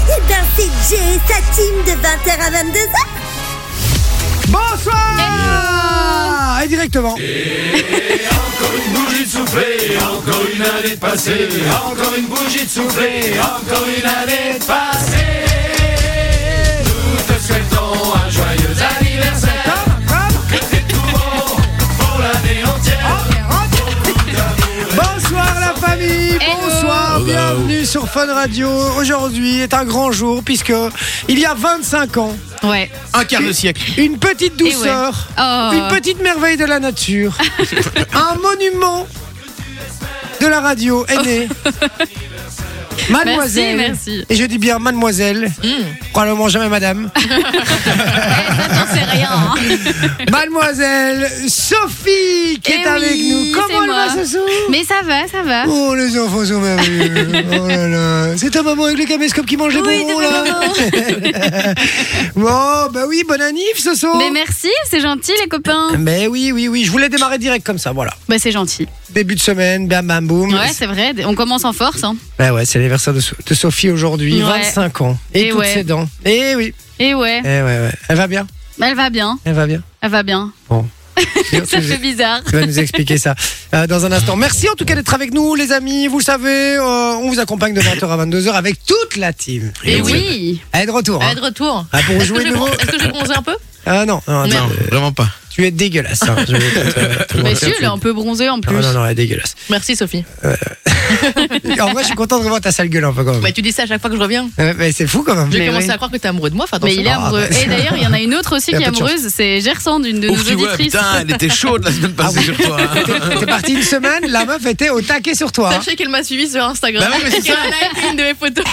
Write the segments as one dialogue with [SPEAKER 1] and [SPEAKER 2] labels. [SPEAKER 1] c'est Jay et sa team de 20h à 22h.
[SPEAKER 2] Bonsoir Et directement.
[SPEAKER 3] Encore une bougie de soufflé, encore une année de passée, encore une bougie de soufflé, encore une année de passée. Nous te souhaitons un joyeux anniversaire, que t'es tout bon pour l'année entière.
[SPEAKER 2] Bonsoir la famille, bonsoir, bienvenue sur Fun Radio. Aujourd'hui est un grand jour puisque il y a 25 ans,
[SPEAKER 4] Ouais.
[SPEAKER 5] Un quart de siècle.
[SPEAKER 2] une petite
[SPEAKER 4] Eh ouais.
[SPEAKER 2] douceur,
[SPEAKER 4] Oh.
[SPEAKER 2] une petite merveille de la nature, un monument de la radio est né. Mademoiselle,
[SPEAKER 4] Oh. Merci, Hmm. merci.
[SPEAKER 2] et je dis bien mademoiselle, probablement jamais madame,
[SPEAKER 4] Eh, Attends, c'est rien. hein.
[SPEAKER 2] mademoiselle Sophie qui
[SPEAKER 4] Eh
[SPEAKER 2] est avec
[SPEAKER 4] oui,
[SPEAKER 2] nous. Comment
[SPEAKER 4] c'est
[SPEAKER 2] elle va
[SPEAKER 4] moi. Ah.
[SPEAKER 2] ce soir
[SPEAKER 4] Mais ça va, ça va.
[SPEAKER 2] Oh les enfants sont merveilleux. Oh là là. C'est ta maman avec le caméscope qui mange les
[SPEAKER 4] Oui,
[SPEAKER 2] bonbons
[SPEAKER 4] de
[SPEAKER 2] là. bon bah oui, bonne annif Soso.
[SPEAKER 4] Mais merci, c'est gentil les copains.
[SPEAKER 2] Mais oui, oui, oui, je voulais démarrer direct comme ça, voilà.
[SPEAKER 4] Bah c'est gentil.
[SPEAKER 2] Début de semaine, bam bam boum.
[SPEAKER 4] Ouais, c'est vrai, on commence en force. Hein.
[SPEAKER 2] Bah ouais, c'est l'anniversaire de, So- de Sophie aujourd'hui,
[SPEAKER 4] Ouais.
[SPEAKER 2] 25 ans. Et,
[SPEAKER 4] Et
[SPEAKER 2] toutes
[SPEAKER 4] ouais.
[SPEAKER 2] ses dents. Et oui.
[SPEAKER 4] Et ouais,
[SPEAKER 2] Et ouais, ouais. Elle va bien,
[SPEAKER 4] elle va bien,
[SPEAKER 2] elle va bien.
[SPEAKER 4] elle va bien.
[SPEAKER 2] Bon.
[SPEAKER 4] Ça fait bizarre.
[SPEAKER 2] Tu vas nous expliquer ça euh, dans un instant. Merci en tout cas d'être avec nous, les amis. Vous le savez, euh, on vous accompagne de 20h à 22h avec toute la team.
[SPEAKER 6] Et
[SPEAKER 5] Et oui.
[SPEAKER 4] Eh Oui.
[SPEAKER 2] Allez, de retour. hein.
[SPEAKER 6] Eh, de retour.
[SPEAKER 2] Ah, pour
[SPEAKER 6] Est-ce que
[SPEAKER 2] jouer
[SPEAKER 6] j'ai
[SPEAKER 2] nouveau.
[SPEAKER 6] bron- est-ce que j'ai bronzé un peu
[SPEAKER 2] Ah non, non, attends,
[SPEAKER 5] Non, Euh, vraiment pas.
[SPEAKER 2] tu es dégueulasse. hein, je vais te- te- te
[SPEAKER 4] Mais
[SPEAKER 2] mentir,
[SPEAKER 4] si,
[SPEAKER 2] tu- Ah,
[SPEAKER 4] elle est un peu bronzée
[SPEAKER 5] Ah,
[SPEAKER 4] en plus.
[SPEAKER 2] Non, non, non, elle est dégueulasse.
[SPEAKER 6] Merci Sophie.
[SPEAKER 2] En vrai, je suis content de revoir ta sale gueule un peu quand même.
[SPEAKER 6] Bah, tu dis ça à chaque fois que je reviens.
[SPEAKER 2] Ouais, Mais c'est fou quand même.
[SPEAKER 6] J'ai
[SPEAKER 4] Mais
[SPEAKER 6] commencé
[SPEAKER 4] oui.
[SPEAKER 6] à croire que t'es amoureux de moi. Fais
[SPEAKER 4] Mais
[SPEAKER 6] attention.
[SPEAKER 4] il est
[SPEAKER 2] Ah,
[SPEAKER 4] amoureux.
[SPEAKER 2] bah,
[SPEAKER 4] Et d'ailleurs, il y en a une autre aussi
[SPEAKER 2] Il y a
[SPEAKER 4] qui est
[SPEAKER 2] peu de chance.
[SPEAKER 4] amoureuse, c'est Gersand, une de nos
[SPEAKER 5] Ouf, Oh, tu vois,
[SPEAKER 4] auditrices. Ah
[SPEAKER 5] putain, elle était chaude la semaine passée sur toi. hein.
[SPEAKER 2] T'es t'es parti une semaine, la meuf était au taquet sur toi. hein.
[SPEAKER 6] Sachez qu'elle m'a suivi sur Instagram.
[SPEAKER 5] Bah oui, mais c'est
[SPEAKER 6] Elle a liké une de mes photos.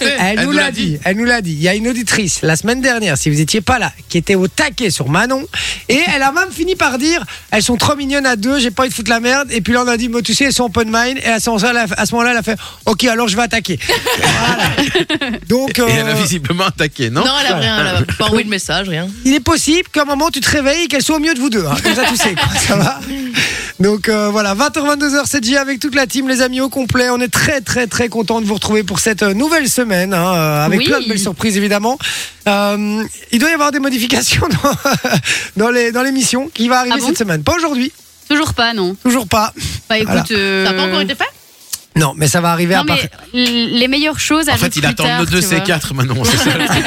[SPEAKER 2] Elle, elle nous l'a dit. elle nous l'a dit. Il y a une auditrice la semaine dernière, si vous étiez pas là, qui était au taquet sur Manon, et elle a même fini par dire elles sont trop mignonnes à deux, j'ai pas envie de foutre la merde. Et puis là on a dit mais tu sais elles sont open mind, et à ce moment-là, elle a- à ce moment-là elle a fait ok alors je vais attaquer. Voilà. Donc
[SPEAKER 5] Et elle a
[SPEAKER 2] euh,
[SPEAKER 5] visiblement attaqué, non
[SPEAKER 6] Non, elle a rien. Elle a pas envoyé de message, rien.
[SPEAKER 2] il est possible qu'à un moment tu te réveilles et qu'elle soit au mieux de vous deux. hein. Comme ça, tu sais, quoi. ça va. Donc euh, voilà, 20h, 22h, c'est J avec toute la team, les amis au complet. On est très, très, très content de vous retrouver pour cette euh, nouvelle semaine, hein, euh, avec
[SPEAKER 4] Oui.
[SPEAKER 2] plein de belles surprises évidemment. Euh, il doit y avoir des modifications dans, dans les dans l'émission qui va arriver
[SPEAKER 4] Ah bon
[SPEAKER 2] cette semaine. Pas aujourd'hui,
[SPEAKER 4] Toujours pas, non.
[SPEAKER 2] toujours pas.
[SPEAKER 4] Bah écoute.
[SPEAKER 2] Voilà.
[SPEAKER 4] euh,
[SPEAKER 6] Ça n'a pas encore été fait
[SPEAKER 2] Non, mais ça va arriver
[SPEAKER 4] Non,
[SPEAKER 2] à part.
[SPEAKER 4] mais l- les meilleures choses à
[SPEAKER 5] En fait, il attend le 2 C4 maintenant, c'est ça. le truc.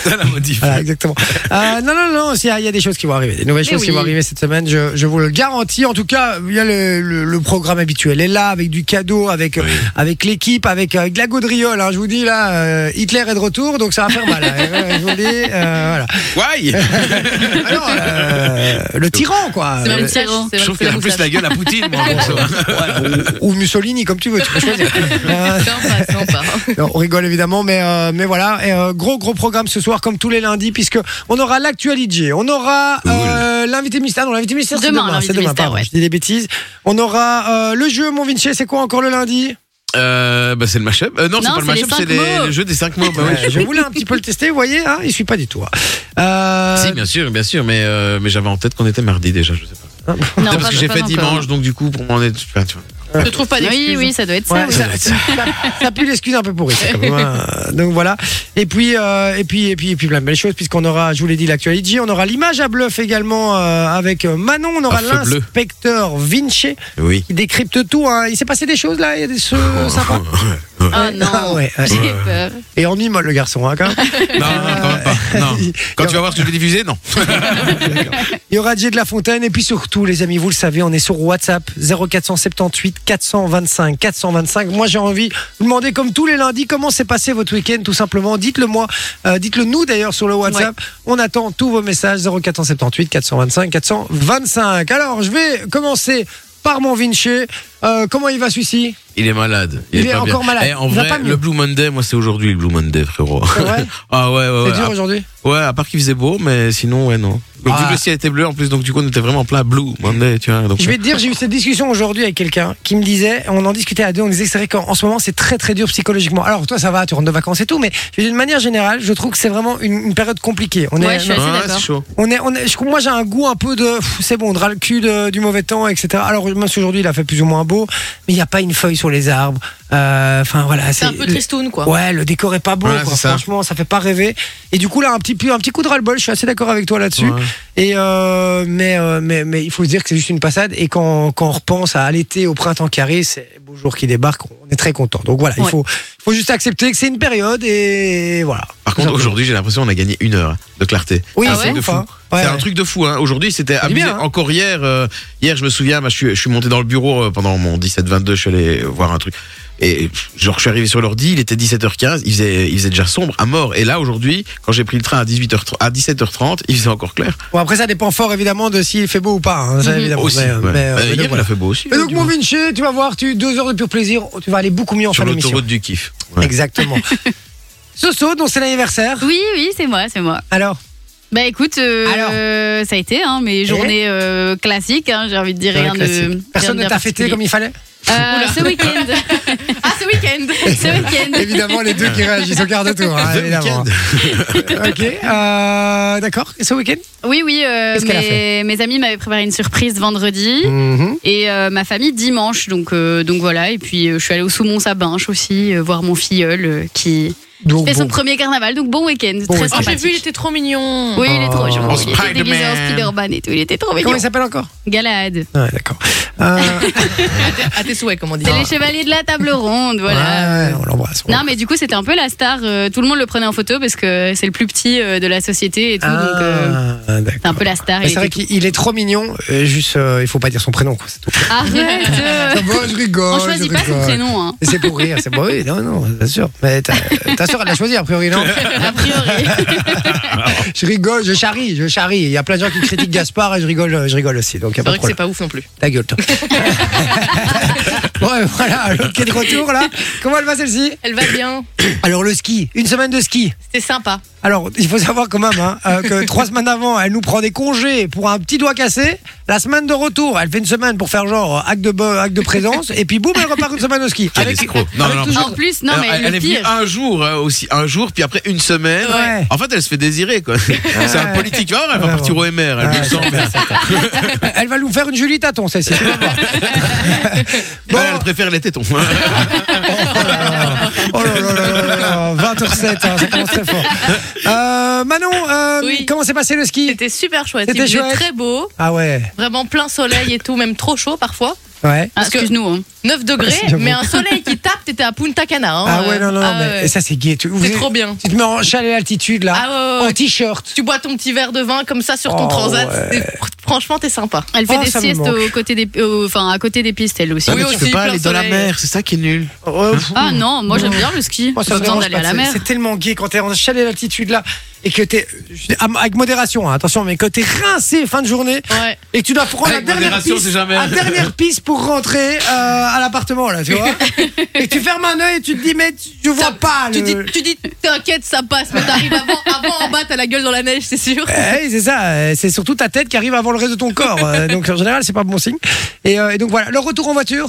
[SPEAKER 5] C'est ça la modif.
[SPEAKER 2] Voilà, exactement. Euh, non, non, non, il y, a- il y a des choses qui vont arriver, des nouvelles
[SPEAKER 4] Mais
[SPEAKER 2] choses qui
[SPEAKER 4] oui.
[SPEAKER 2] vont arriver cette semaine, je, je vous le garantis. En tout cas, il y a le, le- le programme habituel est là, avec du cadeau, avec, euh, avec l'équipe, avec, euh, avec de la gaudriole. hein. je vous dis, là, euh, Hitler est de retour, donc ça va faire mal. hein. Euh, je vous le dis, euh, voilà.
[SPEAKER 5] Why
[SPEAKER 2] Ah non, euh, le tyran, quoi.
[SPEAKER 6] C'est
[SPEAKER 2] Euh,
[SPEAKER 6] même une
[SPEAKER 4] c'est
[SPEAKER 6] sèche,
[SPEAKER 4] bon.
[SPEAKER 6] c'est
[SPEAKER 5] Je
[SPEAKER 6] même-
[SPEAKER 5] trouve
[SPEAKER 6] c'est
[SPEAKER 5] qu'elle a plus
[SPEAKER 6] moustache.
[SPEAKER 5] la gueule à Poutine, moi, en gros, ça.
[SPEAKER 2] ou, ou Mussolini, comme tu veux, tu peux choisir. Euh,
[SPEAKER 6] Sympa, sympa.
[SPEAKER 2] Non, on rigole évidemment, mais, euh, mais voilà. Et, euh, gros, gros programme ce soir, comme tous les lundis, puisque on aura l'actualité, on aura euh, l'invité mystère. Non, l'invité mystère, c'est
[SPEAKER 4] Demain,
[SPEAKER 2] demain.
[SPEAKER 4] l'invité
[SPEAKER 2] C'est demain,
[SPEAKER 4] mystère,
[SPEAKER 2] pardon,
[SPEAKER 4] ouais.
[SPEAKER 2] je dis des bêtises. On aura euh, le jeu, mon Vinci, c'est quoi encore le lundi
[SPEAKER 5] Euh, bah, c'est le mashup. Euh, non, c'est
[SPEAKER 4] Non,
[SPEAKER 5] pas le
[SPEAKER 4] c'est les
[SPEAKER 5] mashup,
[SPEAKER 4] cinq
[SPEAKER 5] c'est les-
[SPEAKER 4] mots.
[SPEAKER 5] le jeu des 5 mots. Bah oui.
[SPEAKER 2] Ouais, Euh, Je voulais un petit peu le tester, vous voyez, hein, il suit pas du tout. hein. Euh,
[SPEAKER 5] Si, bien sûr, bien sûr, mais, euh, mais j'avais en tête qu'on était mardi déjà, je sais pas.
[SPEAKER 4] Non,
[SPEAKER 5] parce
[SPEAKER 4] pas-
[SPEAKER 5] que j'ai
[SPEAKER 4] pas
[SPEAKER 5] fait
[SPEAKER 4] encore.
[SPEAKER 5] dimanche, donc du coup, pour moi, on est. tu vois, tu vois.
[SPEAKER 6] Je trouve pas d'excuses.
[SPEAKER 4] Oui, oui, ça doit être
[SPEAKER 2] Ouais,
[SPEAKER 4] ça. oui.
[SPEAKER 2] ça, ça, ça pue l'excuse un peu pourrie. c'est quand même, hein. Donc voilà. Et puis, euh, et puis, et puis, et puis plein de belles choses, puisqu'on aura, je vous l'ai dit, l'actualité. On aura l'image à bluff également euh, avec Manon. On aura
[SPEAKER 5] À feu bleu.
[SPEAKER 2] l'inspecteur Vinci.
[SPEAKER 5] Oui.
[SPEAKER 2] Il décrypte tout. hein. Il s'est passé des choses là. Il y a des choses sympas.
[SPEAKER 4] Oh non.
[SPEAKER 2] Ah ouais, ouais.
[SPEAKER 4] J'ai peur.
[SPEAKER 2] Et en mime le garçon. hein, quand même.
[SPEAKER 5] Non, non, quand même pas. Non. Quand tu vas voir ce que je vais diffuser, non.
[SPEAKER 2] Il y aura Didier de la Fontaine. Et puis surtout, les amis, vous le savez, on est sur WhatsApp 0478 425 425. Moi, j'ai envie de vous demander, comme tous les lundis, comment s'est passé votre week-end, tout simplement. Dites-le moi. Euh, Dites-le nous d'ailleurs sur le WhatsApp. On attend tous vos messages 0478 425 425. Alors, je vais commencer par mon Vinci. Euh, comment il va celui-ci
[SPEAKER 5] Il est malade.
[SPEAKER 2] Il est
[SPEAKER 5] pas
[SPEAKER 2] encore malade.
[SPEAKER 5] Eh, en
[SPEAKER 2] Il va pas
[SPEAKER 5] vrai,
[SPEAKER 2] mieux.
[SPEAKER 5] le Blue Monday, moi, c'est aujourd'hui le Blue Monday, frérot.
[SPEAKER 2] C'est vrai
[SPEAKER 5] ah ouais, ouais,
[SPEAKER 2] C'est
[SPEAKER 5] ouais.
[SPEAKER 2] dur
[SPEAKER 5] Ah,
[SPEAKER 2] aujourd'hui
[SPEAKER 5] ouais, à part qu'il faisait beau, mais sinon, ouais, non. Donc,
[SPEAKER 2] Ah.
[SPEAKER 5] Vu que le ciel était bleu, en plus, donc du coup, on était vraiment en plein Blue Monday, tu vois. Donc,
[SPEAKER 2] Je vais te dire, j'ai eu cette discussion aujourd'hui avec quelqu'un qui me disait, on en discutait à deux, on disait que c'est vrai qu'en en ce moment c'est très très dur psychologiquement. Alors toi ça va, tu rentres de vacances et tout, mais je veux dire, d'une manière générale, je trouve que c'est vraiment une, une période compliquée. On
[SPEAKER 4] Ouais,
[SPEAKER 2] est,
[SPEAKER 4] je suis
[SPEAKER 5] Ouais,
[SPEAKER 4] assez d'accord.
[SPEAKER 5] c'est chaud.
[SPEAKER 2] on est, on est- je- moi j'ai un goût un peu de, pff, c'est bon, on drap le cul de- du mauvais temps, etc. Alors même si aujourd'hui il a fait plus ou moins beau, mais il n'y a pas une feuille sur les arbres, Euh, Enfin voilà,
[SPEAKER 6] C'est un peu tristoun, quoi.
[SPEAKER 2] Ouais, le décor est pas beau,
[SPEAKER 5] Voilà,
[SPEAKER 2] quoi.
[SPEAKER 5] c'est ça.
[SPEAKER 2] franchement, ça fait pas rêver. Et du coup, là, un petit, peu- un petit coup de ras-le-bol, je suis assez d'accord avec toi là-dessus.
[SPEAKER 5] Ouais.
[SPEAKER 2] Et euh, mais, euh, mais, mais il faut se dire que c'est juste une passade. Et quand, quand on repense à l'été, au printemps qui arrive, c'est les beaux jours qui débarquent, on est très content. Donc voilà, il
[SPEAKER 4] Ouais.
[SPEAKER 2] faut, faut juste accepter que c'est une période et voilà.
[SPEAKER 5] Par contre, aujourd'hui, j'ai l'impression qu'on a gagné une heure hein, de clarté.
[SPEAKER 2] Oui,
[SPEAKER 5] C'est un
[SPEAKER 2] c'est
[SPEAKER 5] truc de
[SPEAKER 2] ouf,
[SPEAKER 5] fou.
[SPEAKER 2] hein. Ouais,
[SPEAKER 5] c'est un
[SPEAKER 2] ouais.
[SPEAKER 5] truc de fou. Hein. Aujourd'hui, c'était abusé.
[SPEAKER 2] bien, hein.
[SPEAKER 5] Encore hier, euh, hier, je me souviens, bah, je, suis, je suis monté dans le bureau euh, pendant mon 17-22, je suis allé voir un truc. Et pff, genre, je suis arrivé sur l'ordi, il était 17h15, il faisait, il faisait déjà sombre, à mort. Et là, aujourd'hui, quand j'ai pris le train à, 18h30, à 17h30, il faisait encore clair.
[SPEAKER 2] Bon, après, ça dépend fort évidemment de s'il fait beau ou pas. hein, ça,
[SPEAKER 6] Mhm.
[SPEAKER 2] évidemment.
[SPEAKER 5] Aussi.
[SPEAKER 2] Mais, euh,
[SPEAKER 5] ouais.
[SPEAKER 2] mais, euh,
[SPEAKER 5] Euh,
[SPEAKER 2] mais donc,
[SPEAKER 5] hier, il
[SPEAKER 2] voilà.
[SPEAKER 5] a fait beau aussi.
[SPEAKER 2] Et
[SPEAKER 5] hein,
[SPEAKER 2] donc,
[SPEAKER 5] du
[SPEAKER 2] mon
[SPEAKER 5] moins.
[SPEAKER 2] Vinci, tu vas voir, tu deux heures de pur plaisir, tu vas aller beaucoup mieux en
[SPEAKER 5] sur
[SPEAKER 2] fin d'émission.
[SPEAKER 5] l'autoroute du kiff. Ouais.
[SPEAKER 2] Exactement. Soso, dont c'est l'anniversaire.
[SPEAKER 4] Oui, oui, c'est moi, c'est moi.
[SPEAKER 2] Alors,
[SPEAKER 4] Bah écoute, euh,
[SPEAKER 2] Alors Eh
[SPEAKER 4] euh, ça a été, hein, mes journées euh, classiques, hein, j'ai envie de dire rien de.
[SPEAKER 2] personne
[SPEAKER 4] rien
[SPEAKER 2] ne
[SPEAKER 4] de
[SPEAKER 2] t'a fêté
[SPEAKER 4] particulier.
[SPEAKER 2] comme il fallait
[SPEAKER 4] Euh, ce week-end.
[SPEAKER 6] Ah, ce week-end
[SPEAKER 4] ce week-end.
[SPEAKER 2] Évidemment, les deux qui réagissent au quart de tour. hein,
[SPEAKER 5] The
[SPEAKER 2] évidemment.
[SPEAKER 5] Weeknd.
[SPEAKER 2] Ok, euh, d'accord. Et ce week-end
[SPEAKER 4] Oui, oui, euh,
[SPEAKER 2] Qu'est-ce qu'elle a Mm.
[SPEAKER 4] mes, mes amis m'avaient préparé une surprise vendredi
[SPEAKER 2] Mhm.
[SPEAKER 4] et euh, ma famille dimanche, donc, euh, donc voilà. Et puis euh, je suis allée au Saumon-Sabinche aussi, euh, voir mon filleul euh, qui
[SPEAKER 2] Donc,
[SPEAKER 4] fait son
[SPEAKER 2] Oh, bon.
[SPEAKER 4] premier carnaval, donc bon week-end,
[SPEAKER 2] Bon week-end.
[SPEAKER 4] très
[SPEAKER 6] Oh, j'ai
[SPEAKER 4] sympathique.
[SPEAKER 6] vu, il était trop mignon.
[SPEAKER 4] Oui, il est trop
[SPEAKER 2] Oh.
[SPEAKER 4] gentil. Il était déguisé en
[SPEAKER 5] Spider-Man.
[SPEAKER 4] Spider-Man et tout. Il était trop mignon.
[SPEAKER 2] Comment il s'appelle encore
[SPEAKER 4] Galahad.
[SPEAKER 2] Ah Ouais, d'accord. Euh,
[SPEAKER 6] À tes souhaits, comme on dit.
[SPEAKER 4] C'est les chevaliers de la table ronde, voilà.
[SPEAKER 2] ouais, ouais, on l'embrasse.
[SPEAKER 4] Non, mais du coup, c'était un peu la star. euh, tout le monde le prenait en photo parce que c'est le plus petit euh, de la société et tout. Donc, euh,
[SPEAKER 2] Ah, d'accord.
[SPEAKER 4] c'est un peu la star.
[SPEAKER 2] Mais
[SPEAKER 4] il
[SPEAKER 2] C'est vrai
[SPEAKER 4] était
[SPEAKER 2] qu'il il est trop mignon, euh, juste euh, il faut pas dire son prénom. Quoi, c'est tout.
[SPEAKER 4] tout- Arrête euh,
[SPEAKER 2] va, Ah bah, je rigole.
[SPEAKER 4] On choisit pas son prénom, hein,
[SPEAKER 2] C'est pour rire, c'est pour oui, non, non, bien sûr. Mais ta, ta soeur, elle l'a choisi, a priori, non
[SPEAKER 4] a priori.
[SPEAKER 2] Je rigole, je charrie, je charrie. Il y a plein de gens qui critiquent Gaspard et je rigole, euh, je rigole aussi. Donc, il y a
[SPEAKER 6] C'est
[SPEAKER 2] pas de
[SPEAKER 6] vrai que c'est
[SPEAKER 2] problème.
[SPEAKER 6] pas ouf non plus.
[SPEAKER 2] Ta gueule, toi. bon, et voilà, l'autre qui est de retour, là. Comment elle va, celle-ci
[SPEAKER 6] Elle va bien.
[SPEAKER 2] Alors le ski, une semaine de ski.
[SPEAKER 6] C'était sympa.
[SPEAKER 4] Ah,
[SPEAKER 2] Alors il faut savoir quand même hein, euh, que trois semaines avant, elle nous prend des congés pour un petit doigt cassé. La semaine de retour, elle fait une semaine pour faire genre euh, acte de, bo- acte de présence et puis boum, elle repart une semaine au ski.
[SPEAKER 5] Quel escroc. Non, non, non.
[SPEAKER 4] en plus, non,
[SPEAKER 5] Alors,
[SPEAKER 4] mais
[SPEAKER 5] elle,
[SPEAKER 4] le
[SPEAKER 5] elle est venue
[SPEAKER 4] pire.
[SPEAKER 5] un jour euh, aussi, un jour, puis après une semaine.
[SPEAKER 2] Ouais.
[SPEAKER 5] En fait, elle se fait désirer quoi. C'est un politique. Ah, elle va
[SPEAKER 2] Ouais,
[SPEAKER 5] partir
[SPEAKER 2] ouais.
[SPEAKER 5] au MR. Elle
[SPEAKER 2] Ouais,
[SPEAKER 5] me le sent. mais-
[SPEAKER 2] Elle va nous faire une Julie Taton, celle-ci. tu vas voir.
[SPEAKER 5] Elle, elle préfère les tétons.
[SPEAKER 2] Oh là là là là là, 20h07, hein, ça commence très fort. Euh, Manon, euh,
[SPEAKER 6] Oui.
[SPEAKER 2] comment s'est passé le ski
[SPEAKER 6] C'était super chouette.
[SPEAKER 2] C'était
[SPEAKER 6] Il faisait
[SPEAKER 2] chouette.
[SPEAKER 6] très beau.
[SPEAKER 2] Ah ouais,
[SPEAKER 6] Vraiment plein soleil et tout, même trop chaud parfois.
[SPEAKER 2] ouais.
[SPEAKER 4] Ah,
[SPEAKER 6] parce que-
[SPEAKER 4] Excuse-nous. hein.
[SPEAKER 6] 9 degrés,
[SPEAKER 2] J'avoue.
[SPEAKER 6] mais un soleil qui tape, t'étais à Punta Cana. hein.
[SPEAKER 2] Ah ouais, non, non,
[SPEAKER 6] Ah
[SPEAKER 2] mais-
[SPEAKER 6] ouais.
[SPEAKER 2] et ça c'est gay. Tu, vous-
[SPEAKER 6] C'est trop bien.
[SPEAKER 2] Tu te mets en chalet altitude là,
[SPEAKER 6] Ah ouais, ouais,
[SPEAKER 2] en
[SPEAKER 6] ouais.
[SPEAKER 2] t-shirt.
[SPEAKER 6] Tu bois ton petit verre de vin comme ça sur ton
[SPEAKER 2] Oh
[SPEAKER 6] transat.
[SPEAKER 2] ouais.
[SPEAKER 6] c'est- fr- Franchement, t'es sympa.
[SPEAKER 4] Elle fait
[SPEAKER 2] Oh,
[SPEAKER 4] des
[SPEAKER 2] ça me
[SPEAKER 4] siestes
[SPEAKER 2] manque.
[SPEAKER 4] au côté des, au- enfin, à côté des pistes, elle aussi.
[SPEAKER 5] Ah,
[SPEAKER 6] Oui,
[SPEAKER 5] mais tu
[SPEAKER 6] aussi,
[SPEAKER 5] peux pas
[SPEAKER 6] plein
[SPEAKER 5] aller dans la
[SPEAKER 6] soleil.
[SPEAKER 5] mer. C'est ça qui est nul.
[SPEAKER 2] Oh, pff,
[SPEAKER 4] Ah non, moi j'aime bien le ski.
[SPEAKER 2] Moi, ça
[SPEAKER 4] Pas
[SPEAKER 2] me
[SPEAKER 4] besoin
[SPEAKER 2] dérange
[SPEAKER 4] d'aller
[SPEAKER 2] pas,
[SPEAKER 4] à la
[SPEAKER 2] c'est-
[SPEAKER 4] mer.
[SPEAKER 2] C'est tellement gay quand t'es en chalet d'altitude là et que t'es je dis, am- avec modération, hein, attention, mais que t'es rincé fin de journée
[SPEAKER 6] Ouais.
[SPEAKER 2] et que tu dois prendre
[SPEAKER 5] Avec
[SPEAKER 2] la dernière
[SPEAKER 5] modération,
[SPEAKER 2] piste,
[SPEAKER 5] c'est jamais.
[SPEAKER 2] la dernière piste pour rentrer euh, à l'appartement là, tu vois. et que tu fermes un œil et tu te dis mais tu- je vois
[SPEAKER 6] Ça-
[SPEAKER 2] pas.
[SPEAKER 6] Tu
[SPEAKER 2] le-
[SPEAKER 6] dis, tu dis, t'inquiète, ça passe, mais t'arrives avant, avant en bas, t'as la gueule dans la neige, c'est sûr.
[SPEAKER 2] Eh oui, c'est ça, euh, c'est surtout ta tête qui arrive avant le reste de ton corps. euh, donc en général, c'est pas bon signe. Et, euh, et donc voilà, le retour en voiture.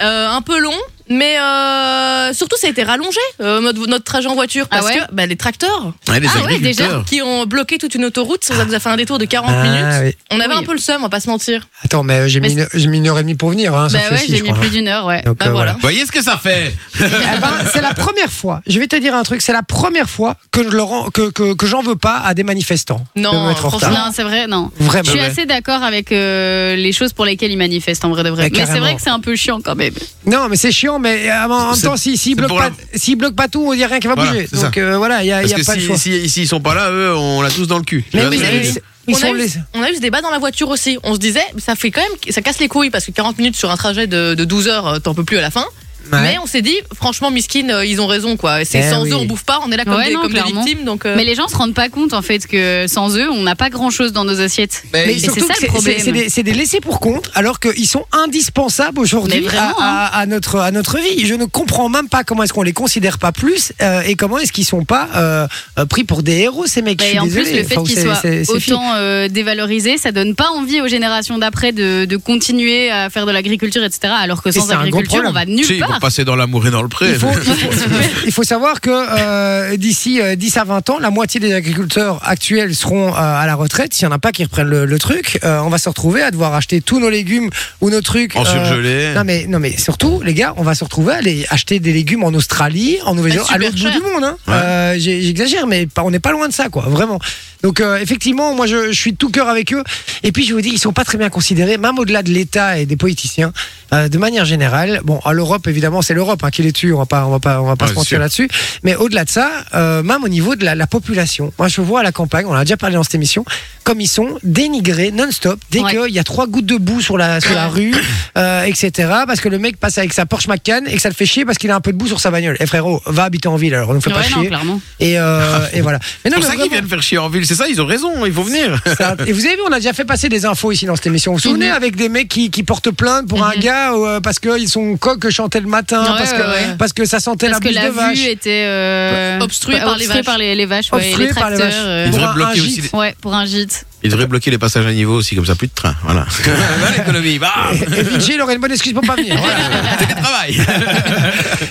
[SPEAKER 6] Euh, un peu long, mais euh, surtout ça a été rallongé euh, notre, notre trajet en voiture parce
[SPEAKER 4] Ah ouais
[SPEAKER 6] que bah, les tracteurs
[SPEAKER 5] Ouais, les
[SPEAKER 4] Ah ouais, déjà.
[SPEAKER 5] agriculteurs.
[SPEAKER 6] qui ont bloqué toute une autoroute, ça nous a fait un détour de 40 minutes.
[SPEAKER 2] Ah oui.
[SPEAKER 6] On avait
[SPEAKER 4] Oui.
[SPEAKER 6] un peu le seum, on va pas se mentir.
[SPEAKER 2] Attends, mais euh, j'ai
[SPEAKER 4] Mais
[SPEAKER 2] mis, une- j'ai mis une heure et demie pour venir. Hein, ça
[SPEAKER 4] Bah
[SPEAKER 2] fait
[SPEAKER 4] ouais,
[SPEAKER 2] aussi,
[SPEAKER 4] j'ai
[SPEAKER 2] je
[SPEAKER 4] mis
[SPEAKER 2] crois.
[SPEAKER 4] plus d'une heure, ouais.
[SPEAKER 2] Donc,
[SPEAKER 6] Bah
[SPEAKER 2] euh,
[SPEAKER 6] voilà.
[SPEAKER 5] Vous voyez ce que ça fait
[SPEAKER 2] Eh ben, c'est la première fois, je vais te dire un truc, c'est la première fois que je le rends- que, que, que j'en veux pas à des manifestants.
[SPEAKER 6] Non,
[SPEAKER 2] de me mettre en
[SPEAKER 6] franchement,
[SPEAKER 2] retard.
[SPEAKER 4] Non, c'est vrai, non. Je
[SPEAKER 2] Vraiment.
[SPEAKER 4] suis assez d'accord avec euh, les choses pour lesquelles ils manifestent en vrai de vrai.
[SPEAKER 2] Ouais,
[SPEAKER 4] Mais c'est vrai
[SPEAKER 2] carrément.
[SPEAKER 4] que c'est un peu chiant quand même.
[SPEAKER 2] Non, mais c'est chiant, mais euh, en, en même
[SPEAKER 5] C'est-
[SPEAKER 2] temps, s'ils si,
[SPEAKER 5] c'est
[SPEAKER 2] bloquent
[SPEAKER 5] pour
[SPEAKER 2] pas,
[SPEAKER 5] la-
[SPEAKER 2] s'ils bloquent pas tout, il y a rien qui va
[SPEAKER 5] Voilà,
[SPEAKER 2] bouger.
[SPEAKER 5] c'est ça.
[SPEAKER 2] Donc euh, voilà, il y a, il
[SPEAKER 5] Parce
[SPEAKER 2] y a
[SPEAKER 5] que
[SPEAKER 2] pas de
[SPEAKER 5] si,
[SPEAKER 2] choix.
[SPEAKER 5] si- s'ils sont pas là, eux, on l'a tous dans le cul. Tu
[SPEAKER 2] mais
[SPEAKER 5] vois
[SPEAKER 2] mais
[SPEAKER 5] ce que je veux
[SPEAKER 2] ils,
[SPEAKER 5] dire
[SPEAKER 2] ils
[SPEAKER 6] on,
[SPEAKER 2] sont
[SPEAKER 6] a eu,
[SPEAKER 2] les...
[SPEAKER 6] on a eu ce débat dans la voiture aussi. On se disait, ça fait quand même, ça casse les couilles parce que 40 minutes sur un trajet de, de 12 heures, euh, t'en peux plus à la fin.
[SPEAKER 2] Ouais.
[SPEAKER 6] Mais on s'est dit, franchement, miskin, euh, ils ont raison quoi. C'est
[SPEAKER 2] Eh
[SPEAKER 6] sans
[SPEAKER 2] oui.
[SPEAKER 6] eux, on bouffe pas, on est là comme,
[SPEAKER 4] Ouais,
[SPEAKER 6] des,
[SPEAKER 4] non,
[SPEAKER 6] comme des
[SPEAKER 4] clairement.
[SPEAKER 6] victimes. Donc, euh,
[SPEAKER 4] Mais les gens se rendent pas compte en fait que sans eux, on n'a pas grand chose dans nos assiettes.
[SPEAKER 2] Mais
[SPEAKER 4] Et
[SPEAKER 2] surtout
[SPEAKER 4] c'est
[SPEAKER 2] que
[SPEAKER 4] ça le
[SPEAKER 2] c'est- c'est-
[SPEAKER 4] problème.
[SPEAKER 2] c'est des, c'est des laissés pour compte, alors qu'ils sont indispensables aujourd'hui
[SPEAKER 4] Mais
[SPEAKER 2] à,
[SPEAKER 4] vraiment,
[SPEAKER 2] à- à notre, à notre vie. Je ne comprends même pas comment est-ce qu'on les considère pas plus euh, et comment est-ce qu'ils sont pas euh, euh, pris pour des héros ces mecs. Je
[SPEAKER 4] Bah, Et
[SPEAKER 2] suis
[SPEAKER 4] en plus,
[SPEAKER 2] désolé.
[SPEAKER 4] le fait
[SPEAKER 2] Enfin,
[SPEAKER 4] qu'ils
[SPEAKER 2] c'est-
[SPEAKER 4] soient
[SPEAKER 2] c'est- c'est fini.
[SPEAKER 4] autant euh, dévalorisés, ça donne pas envie aux générations d'après de, de continuer à faire de l'agriculture, etc. Alors que
[SPEAKER 2] c'est
[SPEAKER 4] sans
[SPEAKER 2] un gros
[SPEAKER 4] agriculture,
[SPEAKER 2] problème.
[SPEAKER 4] on va nulle
[SPEAKER 5] Si,
[SPEAKER 4] part.
[SPEAKER 5] va passer dans l'amour et dans le pré.
[SPEAKER 2] Il faut, il faut- il faut savoir que euh, d'ici euh, 10 à 20 ans, la moitié des agriculteurs actuels seront euh, à la retraite. S'il n'y en a pas qui reprennent le, le truc, euh, on va se retrouver à devoir acheter tous nos légumes ou nos trucs. euh,
[SPEAKER 5] En surgelé.
[SPEAKER 2] Non mais, non mais surtout, les gars, on va se retrouver à aller acheter des légumes en Australie, en Nouvelle-Zélande,
[SPEAKER 6] Ah,
[SPEAKER 2] à
[SPEAKER 6] super
[SPEAKER 2] l'autre bout
[SPEAKER 6] cher.
[SPEAKER 2] du monde. Hein.
[SPEAKER 5] Ouais.
[SPEAKER 2] Euh, j'ai- J'exagère, mais pas- on n'est pas loin de ça, quoi, vraiment. Donc euh, effectivement, moi je, je suis de tout cœur avec eux. Et puis je vous dis, ils sont pas très bien considérés, même au-delà de l'État et des politiciens, Euh, de manière générale. Bon, à l'Europe évidemment, c'est l'Europe hein, qui les tue. On va pas, on va pas, on va pas se
[SPEAKER 5] Ouais, c'est
[SPEAKER 2] mentir
[SPEAKER 5] sûr.
[SPEAKER 2] là-dessus. Mais au-delà de ça, euh, même au niveau de la, la population, moi je vois à la campagne, on en a déjà parlé dans cette émission, comme ils sont dénigrés non-stop dès
[SPEAKER 4] Ouais.
[SPEAKER 2] qu'il y a trois gouttes de boue sur la sur la rue, euh, etc. Parce que le mec passe avec sa Porsche Macan et que ça le fait chier parce qu'il a un peu de boue sur sa bagnole. Et frérot, va habiter en ville alors, ne fait pas
[SPEAKER 4] Ouais, non,
[SPEAKER 2] chier.
[SPEAKER 4] clairement.
[SPEAKER 2] Et, euh, et voilà. Mais non,
[SPEAKER 5] C'est
[SPEAKER 2] mais
[SPEAKER 5] pour ça qu'ils
[SPEAKER 2] vraiment,
[SPEAKER 5] viennent faire chier en ville. C'est ça, ils ont raison, il faut venir.
[SPEAKER 2] ça- Et vous avez vu, on a déjà fait passer des infos ici dans cette émission. Vous vous souvenez
[SPEAKER 4] Mhm.
[SPEAKER 2] avec des mecs qui, qui portent plainte pour un
[SPEAKER 4] Mhm.
[SPEAKER 2] gars euh, parce qu'ils sont coq chantait le matin,
[SPEAKER 4] Ouais,
[SPEAKER 2] parce, que,
[SPEAKER 4] ouais, ouais.
[SPEAKER 2] parce que ça sentait
[SPEAKER 4] Parce
[SPEAKER 2] la
[SPEAKER 4] que
[SPEAKER 2] buse
[SPEAKER 4] la
[SPEAKER 2] de vache.
[SPEAKER 4] vue était euh,
[SPEAKER 6] Obstruée par les vaches.
[SPEAKER 4] par les, les vaches, ouais, et
[SPEAKER 2] Obstruée
[SPEAKER 4] les
[SPEAKER 2] par les
[SPEAKER 4] tracteurs.
[SPEAKER 2] vaches.
[SPEAKER 4] euh,
[SPEAKER 2] Pour
[SPEAKER 5] Ils
[SPEAKER 2] un-
[SPEAKER 5] devraient
[SPEAKER 2] un
[SPEAKER 5] bloquer aussi
[SPEAKER 2] gîte.
[SPEAKER 5] les-
[SPEAKER 4] Ouais, pour un gîte.
[SPEAKER 5] ils devraient bloquer les passages à niveau aussi, comme ça, plus de train. Voilà. Voilà l'économie. Bah,
[SPEAKER 2] Et Vinci, il aurait une bonne excuse pour pas venir. Voilà.
[SPEAKER 5] télétravail.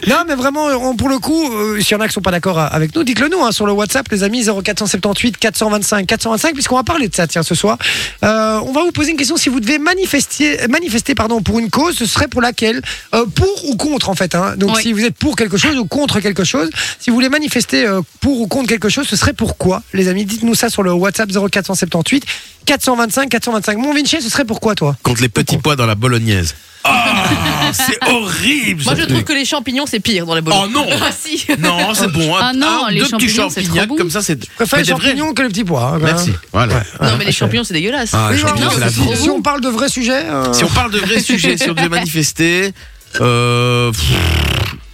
[SPEAKER 2] Non, mais vraiment, on- pour le coup, euh, s'il y en a qui sont pas d'accord euh, avec nous, dites-le nous hein, sur le WhatsApp, les amis, 0478 425 425, puisqu'on va parler de ça, tiens, ce soir. Euh, on va vous poser une question. Si vous devez manifester, euh, manifester pardon, pour une cause, ce serait pour laquelle Euh, Pour ou contre, en fait. hein. Donc,
[SPEAKER 4] Oui.
[SPEAKER 2] si vous êtes pour quelque chose ou contre quelque chose, si vous voulez manifester euh, pour ou contre quelque chose, ce serait pourquoi, les amis Dites-nous ça sur le WhatsApp 0478 425 425. Mon Vinci, ce serait pourquoi, toi
[SPEAKER 5] Contre les petits pois dans la bolognaise. Ah, c'est horrible.
[SPEAKER 6] Moi,
[SPEAKER 5] ce
[SPEAKER 6] je
[SPEAKER 5] truc.
[SPEAKER 6] trouve que les champignons, c'est pire dans les bolos.
[SPEAKER 5] Oh non
[SPEAKER 6] Ah si
[SPEAKER 5] Non, c'est bon. hein.
[SPEAKER 4] Ah non,
[SPEAKER 5] Un,
[SPEAKER 4] les
[SPEAKER 5] deux petits
[SPEAKER 4] champignons, c'est trop
[SPEAKER 5] champignons,
[SPEAKER 4] bon.
[SPEAKER 5] comme ça, c'est.
[SPEAKER 2] Préfère
[SPEAKER 5] Mais
[SPEAKER 2] les
[SPEAKER 5] des vrais.
[SPEAKER 2] champignons que les petits pois. hein,
[SPEAKER 5] Merci.
[SPEAKER 2] hein.
[SPEAKER 5] Voilà.
[SPEAKER 6] Non, mais les champignons, c'est dégueulasse.
[SPEAKER 5] Ah, les
[SPEAKER 2] Oui,
[SPEAKER 5] champignons,
[SPEAKER 2] voilà,
[SPEAKER 5] c'est la
[SPEAKER 2] si,
[SPEAKER 5] vie.
[SPEAKER 2] si on parle de vrais sujets. euh,
[SPEAKER 5] Si on parle de vrais sujets, si on devait manifester, euh, pff,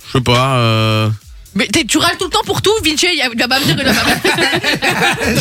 [SPEAKER 5] je sais pas. euh,
[SPEAKER 6] Mais t'es- tu râles tout le temps pour tout, Vinci. Il va pas me dire que la maman-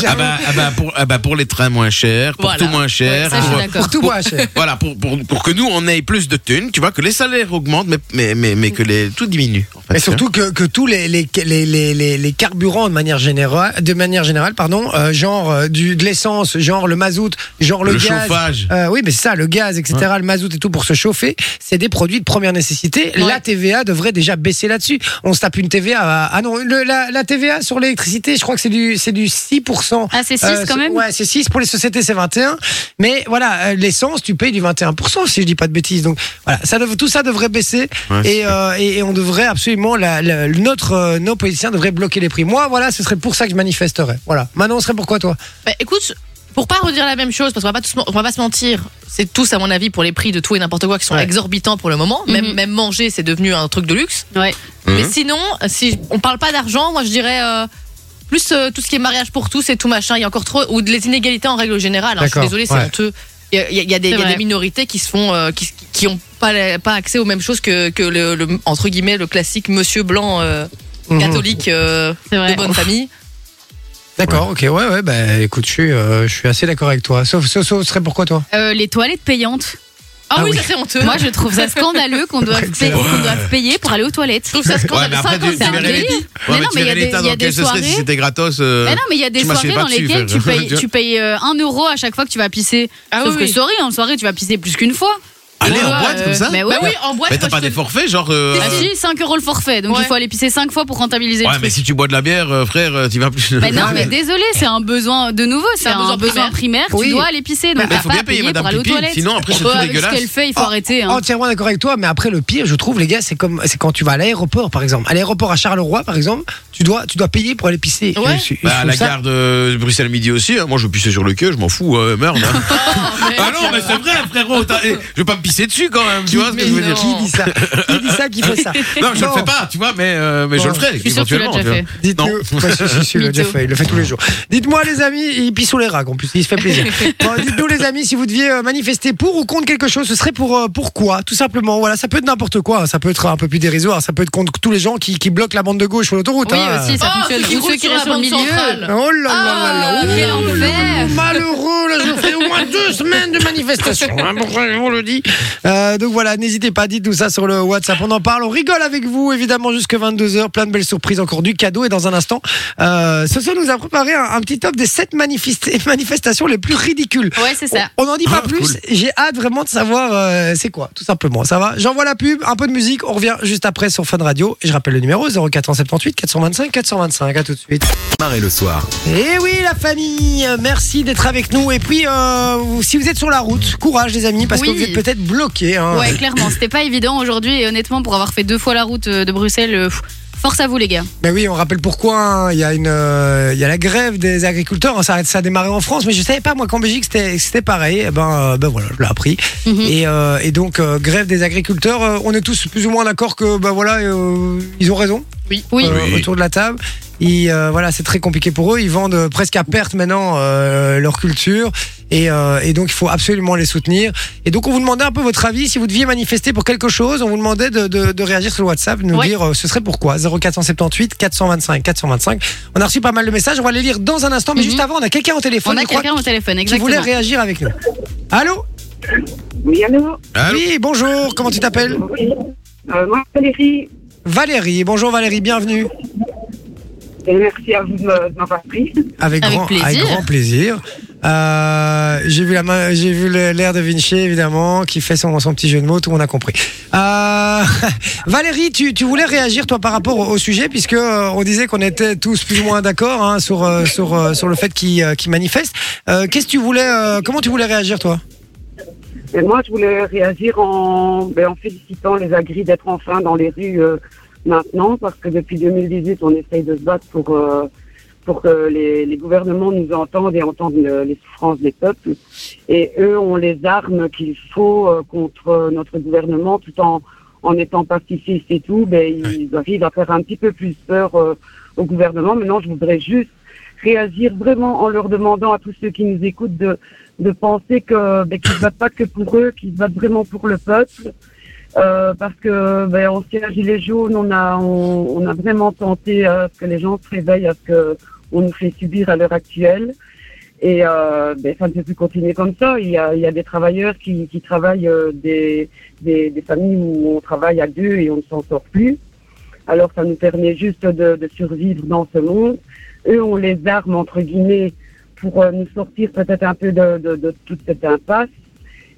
[SPEAKER 5] ah, bah, ah bah pour, ah bah pour les trains moins chers, pour
[SPEAKER 6] Voilà.
[SPEAKER 5] tout moins cher.
[SPEAKER 4] Ouais, ça, je suis
[SPEAKER 5] pour- euh,
[SPEAKER 4] d'accord.
[SPEAKER 2] Pour tout bois, cher.
[SPEAKER 5] Voilà, pour, pour, pour que nous, on ait plus de thunes, tu vois, que les salaires augmentent, mais, mais, mais, mais que les, tout diminue. En fait,
[SPEAKER 2] Mais surtout que, que tous les, les, les, les, les- les carburants de manière générale, de manière générale pardon, euh, genre euh, du, de l'essence, genre le mazout, genre le,
[SPEAKER 5] Le
[SPEAKER 2] gaz.
[SPEAKER 5] chauffage.
[SPEAKER 2] Euh, oui, mais c'est ça, le gaz, etc., le mazout et tout pour se chauffer, c'est des produits de première nécessité. La TVA devrait déjà baisser là-dessus. On se tape une TVA. à- ah non, le- la, la TVA sur l'électricité, je crois que c'est du, c'est du 6%.
[SPEAKER 4] Ah, c'est 6
[SPEAKER 2] Euh,
[SPEAKER 4] quand
[SPEAKER 2] c'est-
[SPEAKER 4] même
[SPEAKER 2] Ouais, c'est 6 pour les sociétés, c'est 21. Mais voilà, euh, l'essence, tu payes du 21%, si je dis pas de bêtises. Donc voilà, ça dev- tout ça devrait baisser.
[SPEAKER 5] Ouais,
[SPEAKER 2] et, euh, et, et on devrait absolument, la, la- notre, euh, nos politiciens devraient bloquer les prix. Moi, voilà, ce serait pour ça que je manifesterais. Voilà. Maintenant, ce serait pourquoi toi
[SPEAKER 6] Bah, écoute, pour pas redire la même chose, parce qu'on va pas, tous- on va pas se mentir, c'est tous, à mon avis, pour les prix de tout et n'importe quoi qui sont
[SPEAKER 2] Ouais.
[SPEAKER 6] exorbitants pour le moment. même,
[SPEAKER 4] Mhm.
[SPEAKER 6] même manger, c'est devenu un truc de luxe.
[SPEAKER 4] Ouais.
[SPEAKER 6] Mais
[SPEAKER 2] Hum.
[SPEAKER 5] Mhm.
[SPEAKER 6] sinon, euh, si on parle pas d'argent, moi, je dirais. euh, plus euh, tout ce qui est mariage pour tous et tout machin, il y a encore trop. Ou de les inégalités en règle générale. hein, je suis
[SPEAKER 2] D'accord,
[SPEAKER 6] désolée, c'est
[SPEAKER 2] ouais.
[SPEAKER 6] honteux. Il y a, il y a- il y a des,
[SPEAKER 4] C'est
[SPEAKER 6] il y a
[SPEAKER 4] vrai.
[SPEAKER 6] des minorités qui se font. euh, qui, qui ont pas, la- pas accès aux mêmes choses que, que le, le- entre guillemets, le classique monsieur blanc euh,
[SPEAKER 2] Mhm.
[SPEAKER 6] catholique euh,
[SPEAKER 4] C'est vrai.
[SPEAKER 6] de bonne famille.
[SPEAKER 2] D'accord, ok, ouais, ouais, bah écoute, je suis, euh, je suis assez d'accord avec toi. Sauf, sauf, sauf, ce serait pourquoi toi
[SPEAKER 4] Euh, les toilettes payantes.
[SPEAKER 6] Ah,
[SPEAKER 2] Ah
[SPEAKER 6] oui,
[SPEAKER 2] oui.
[SPEAKER 6] ça c'est honteux.
[SPEAKER 4] Moi, je trouve ça scandaleux qu'on doive,
[SPEAKER 2] Excellent.
[SPEAKER 4] payer- qu'on doive payer pour aller aux toilettes.
[SPEAKER 6] trouve ça
[SPEAKER 5] Ouais, mais
[SPEAKER 6] scandaleux.
[SPEAKER 5] après, tu, tu
[SPEAKER 4] 55
[SPEAKER 5] verrais les-
[SPEAKER 4] délire.
[SPEAKER 5] ouais,
[SPEAKER 4] Mais
[SPEAKER 5] mais
[SPEAKER 4] non,
[SPEAKER 5] tu
[SPEAKER 4] mais il y
[SPEAKER 5] verrais
[SPEAKER 4] a des-
[SPEAKER 5] l'état
[SPEAKER 4] il y a
[SPEAKER 5] dans lequel
[SPEAKER 4] des
[SPEAKER 5] ce serait si
[SPEAKER 4] soirées-
[SPEAKER 5] c'était gratos. euh,
[SPEAKER 4] Mais non, mais il y a des
[SPEAKER 5] je m'assieds
[SPEAKER 4] soirées
[SPEAKER 5] pas
[SPEAKER 4] dans
[SPEAKER 5] dessus,
[SPEAKER 4] lesquelles
[SPEAKER 5] frère.
[SPEAKER 4] tu payes,
[SPEAKER 5] Tu-
[SPEAKER 4] tu payes euh, 1 euro à chaque fois que tu vas pisser.
[SPEAKER 6] Ah
[SPEAKER 4] Sauf
[SPEAKER 6] oui,
[SPEAKER 4] que
[SPEAKER 6] oui.
[SPEAKER 4] soirée, en soirée, tu vas pisser plus qu'une fois.
[SPEAKER 5] Aller
[SPEAKER 4] Ouais,
[SPEAKER 5] en boîte
[SPEAKER 4] euh,
[SPEAKER 5] comme ça
[SPEAKER 4] mais
[SPEAKER 6] Bah
[SPEAKER 4] ouais.
[SPEAKER 6] oui, en boîte.
[SPEAKER 5] Mais t'as
[SPEAKER 6] moi,
[SPEAKER 5] pas
[SPEAKER 6] je te-
[SPEAKER 5] des forfaits, genre. euh,
[SPEAKER 4] Ah si, 5 euros le forfait, donc
[SPEAKER 6] Ouais.
[SPEAKER 4] il faut aller pisser 5 fois pour rentabiliser
[SPEAKER 5] Ouais,
[SPEAKER 4] le
[SPEAKER 5] mais
[SPEAKER 4] truc.
[SPEAKER 5] si tu bois de la bière, euh, frère, euh, tu vas plus.
[SPEAKER 4] Mais non, mais désolé, c'est un besoin de nouveau, c'est un, besoin, primaire,
[SPEAKER 2] Oui.
[SPEAKER 4] tu dois aller pisser. Donc
[SPEAKER 5] Mais
[SPEAKER 4] t'as
[SPEAKER 5] faut
[SPEAKER 4] pas
[SPEAKER 5] bien
[SPEAKER 4] à
[SPEAKER 5] payer,
[SPEAKER 4] payer
[SPEAKER 5] madame
[SPEAKER 4] pour aller aux
[SPEAKER 5] Pipi,
[SPEAKER 4] toilettes.
[SPEAKER 5] sinon après c'est
[SPEAKER 4] Ouais,
[SPEAKER 5] tout
[SPEAKER 4] avec ce qu'elle
[SPEAKER 5] dégueulasse.
[SPEAKER 4] fait, il faut
[SPEAKER 2] Oh,
[SPEAKER 4] arrêter. hein.
[SPEAKER 2] Entièrement d'accord avec toi, mais après le pire, je trouve, les gars, c'est comme c'est quand tu vas à l'aéroport, par exemple. À l'aéroport à Charleroi, par exemple, tu dois, tu dois payer pour aller pisser.
[SPEAKER 6] Ouais.
[SPEAKER 2] Et je- je
[SPEAKER 5] Bah, à
[SPEAKER 2] trouve
[SPEAKER 5] la
[SPEAKER 2] ça-
[SPEAKER 5] gare de Bruxelles Midi aussi, hein. moi je pissais sur le queue, je m'en fous, euh, merde. hein. ah non, mais c'est vrai, frérot, t'as- eh, je vais pas me pisser dessus quand même, tu vois ce que je veux
[SPEAKER 2] Mais
[SPEAKER 5] dire.
[SPEAKER 2] Qui dit ça Qui dit ça Qui fait ça
[SPEAKER 5] Non, je le
[SPEAKER 2] Bon.
[SPEAKER 5] fais pas, tu vois, mais, euh, mais je
[SPEAKER 2] Bon.
[SPEAKER 5] le ferai.
[SPEAKER 4] Je suis sûr que tu l'as
[SPEAKER 5] éventuellement,
[SPEAKER 4] déjà
[SPEAKER 5] vois.
[SPEAKER 4] fait.
[SPEAKER 2] Dites-le.
[SPEAKER 5] Non.
[SPEAKER 2] Ouais, si, si, si, il l'a déjà
[SPEAKER 4] Mytho.
[SPEAKER 2] fait, il le fait tous les jours. Dites-moi, les amis, il pisse sous les rats, en plus, il se fait plaisir. Bon, dites-nous, les amis, si vous deviez euh, manifester pour ou contre quelque chose, ce serait pour, euh, pour quoi Tout simplement, voilà, ça peut être n'importe quoi, hein, ça peut être un peu plus dérisoire, ça peut être contre tous les gens qui, qui bloquent la bande de gauche sur l'autoroute.
[SPEAKER 4] Oui,
[SPEAKER 2] hein.
[SPEAKER 4] aussi, ça
[SPEAKER 6] Oh,
[SPEAKER 4] fonctionne.
[SPEAKER 6] ceux qui
[SPEAKER 4] Ou
[SPEAKER 6] roulent
[SPEAKER 4] ceux qui
[SPEAKER 6] sur la
[SPEAKER 4] restent sur le
[SPEAKER 6] bande
[SPEAKER 4] milieu.
[SPEAKER 6] centrale.
[SPEAKER 2] Oh là là là
[SPEAKER 4] Ah,
[SPEAKER 2] là
[SPEAKER 4] quel
[SPEAKER 5] oh.
[SPEAKER 2] ouh,
[SPEAKER 4] enfer
[SPEAKER 2] Malheureux, là, je fais au moins deux semaines de manifestation, hein, pour ça, je vous le dis. Euh, donc voilà, n'hésitez pas, dites tout ça sur le WhatsApp. On en parle, on rigole avec vous, évidemment, jusque 22h. Plein de belles surprises, encore du cadeau. Et dans un instant, euh, ce soir, nous a préparé un, un petit top des 7 manifestations les plus ridicules.
[SPEAKER 4] Ouais, c'est ça.
[SPEAKER 2] On n'en dit pas
[SPEAKER 5] Ah,
[SPEAKER 2] plus.
[SPEAKER 5] cool.
[SPEAKER 2] J'ai hâte vraiment de savoir euh, c'est quoi, tout simplement. Ça va J'envoie la pub, un peu de musique. On revient juste après sur Fun Radio. Et je rappelle le numéro 0478 425 425. À tout de suite.
[SPEAKER 7] Marre et le soir.
[SPEAKER 2] Et oui, la famille, euh, merci d'être avec nous. Et puis, euh, si vous êtes sur la route, courage, les amis, parce que
[SPEAKER 4] Oui.
[SPEAKER 2] vous êtes peut-être bloqués.
[SPEAKER 5] Oh.
[SPEAKER 2] hein.
[SPEAKER 4] Ouais, clairement, c'était pas évident aujourd'hui. Et honnêtement, pour avoir fait deux fois la route euh, de Bruxelles, euh, pff, force à vous, les gars.
[SPEAKER 2] Ben oui, on rappelle pourquoi. hein. Il y a une, euh, il y a la grève des agriculteurs. hein. Ça, a- ça a démarré en France, mais je savais pas moi qu'en Belgique c'était, c'était pareil. Eh ben, euh, ben voilà, je l'ai appris.
[SPEAKER 4] Mhm.
[SPEAKER 2] Et, euh, et donc euh, grève des agriculteurs. euh, on est tous plus ou moins d'accord que ben voilà, euh, ils ont raison
[SPEAKER 4] Oui. Oui.
[SPEAKER 2] euh,
[SPEAKER 5] Oui.
[SPEAKER 2] autour de la table. Et euh, voilà, c'est très compliqué pour eux. Ils vendent euh, presque à perte maintenant euh, leur culture. Et, euh, et donc, il faut absolument les soutenir. Et donc, on vous demandait un peu votre avis. Si vous deviez manifester pour quelque chose, on vous demandait de, de- de réagir sur le WhatsApp, de nous
[SPEAKER 4] Ouais.
[SPEAKER 2] dire euh, ce serait pourquoi. 0478 425 425. On a reçu pas mal de messages. On va les lire dans un instant. Mais
[SPEAKER 4] Mhm.
[SPEAKER 2] juste avant, on a quelqu'un au téléphone
[SPEAKER 4] On a
[SPEAKER 2] je crois,
[SPEAKER 4] quelqu'un au téléphone,
[SPEAKER 2] qui voulait
[SPEAKER 4] exactement.
[SPEAKER 2] réagir avec nous. Allô
[SPEAKER 8] Oui, allô
[SPEAKER 5] Allô
[SPEAKER 2] Oui, bonjour. Comment tu t'appelles
[SPEAKER 8] Oui. Euh, moi, Valérie,
[SPEAKER 2] Valérie. Bonjour Valérie, bienvenue.
[SPEAKER 8] et merci à vous de me- de m'avoir pris.
[SPEAKER 2] Avec,
[SPEAKER 4] Avec
[SPEAKER 2] grand,
[SPEAKER 4] plaisir.
[SPEAKER 2] avec grand plaisir. Euh, j'ai vu la main, j'ai vu le- l'air de Vinci évidemment qui fait son, son petit jeu de mots, tout on a compris. Euh, Valérie, tu, tu voulais réagir toi par rapport au, au sujet puisque euh, on disait qu'on était tous plus ou moins d'accord hein, sur euh, sur euh, sur le fait qu'il euh, qu'il manifeste. Euh, Qu'est-ce que tu voulais, euh, comment tu voulais réagir toi
[SPEAKER 8] Et moi, je voulais réagir en, ben, en félicitant les agris d'être enfin dans les rues euh, maintenant, parce que depuis 2018, on essaye de se battre pour, euh, pour que les, les gouvernements nous entendent et entendent le- les souffrances des peuples. Et eux ont les armes qu'il faut euh, contre notre gouvernement, tout en, en étant pacifistes et tout. Ben, ils arrivent à faire un petit peu plus peur euh, au gouvernement. Maintenant, je voudrais juste réagir vraiment en leur demandant à tous ceux qui nous écoutent de de penser que ben, qu'ils ne battent pas que pour eux, qu'ils se battent vraiment pour le peuple. Euh, parce que ben, ancien gilet jaune, on a on, on a vraiment tenté euh, à ce que les gens se réveillent à ce que on nous fait subir à l'heure actuelle. Et euh, ben, ça ne peut plus continuer comme ça. Il y a, il y a des travailleurs qui, qui travaillent euh, des, des, des familles où on travaille à deux et on ne s'en sort plus. Alors ça nous permet juste de, de survivre dans ce monde. Eux ont les armes, entre guillemets, pour euh, nous sortir peut-être un peu de, de, de toute cette impasse.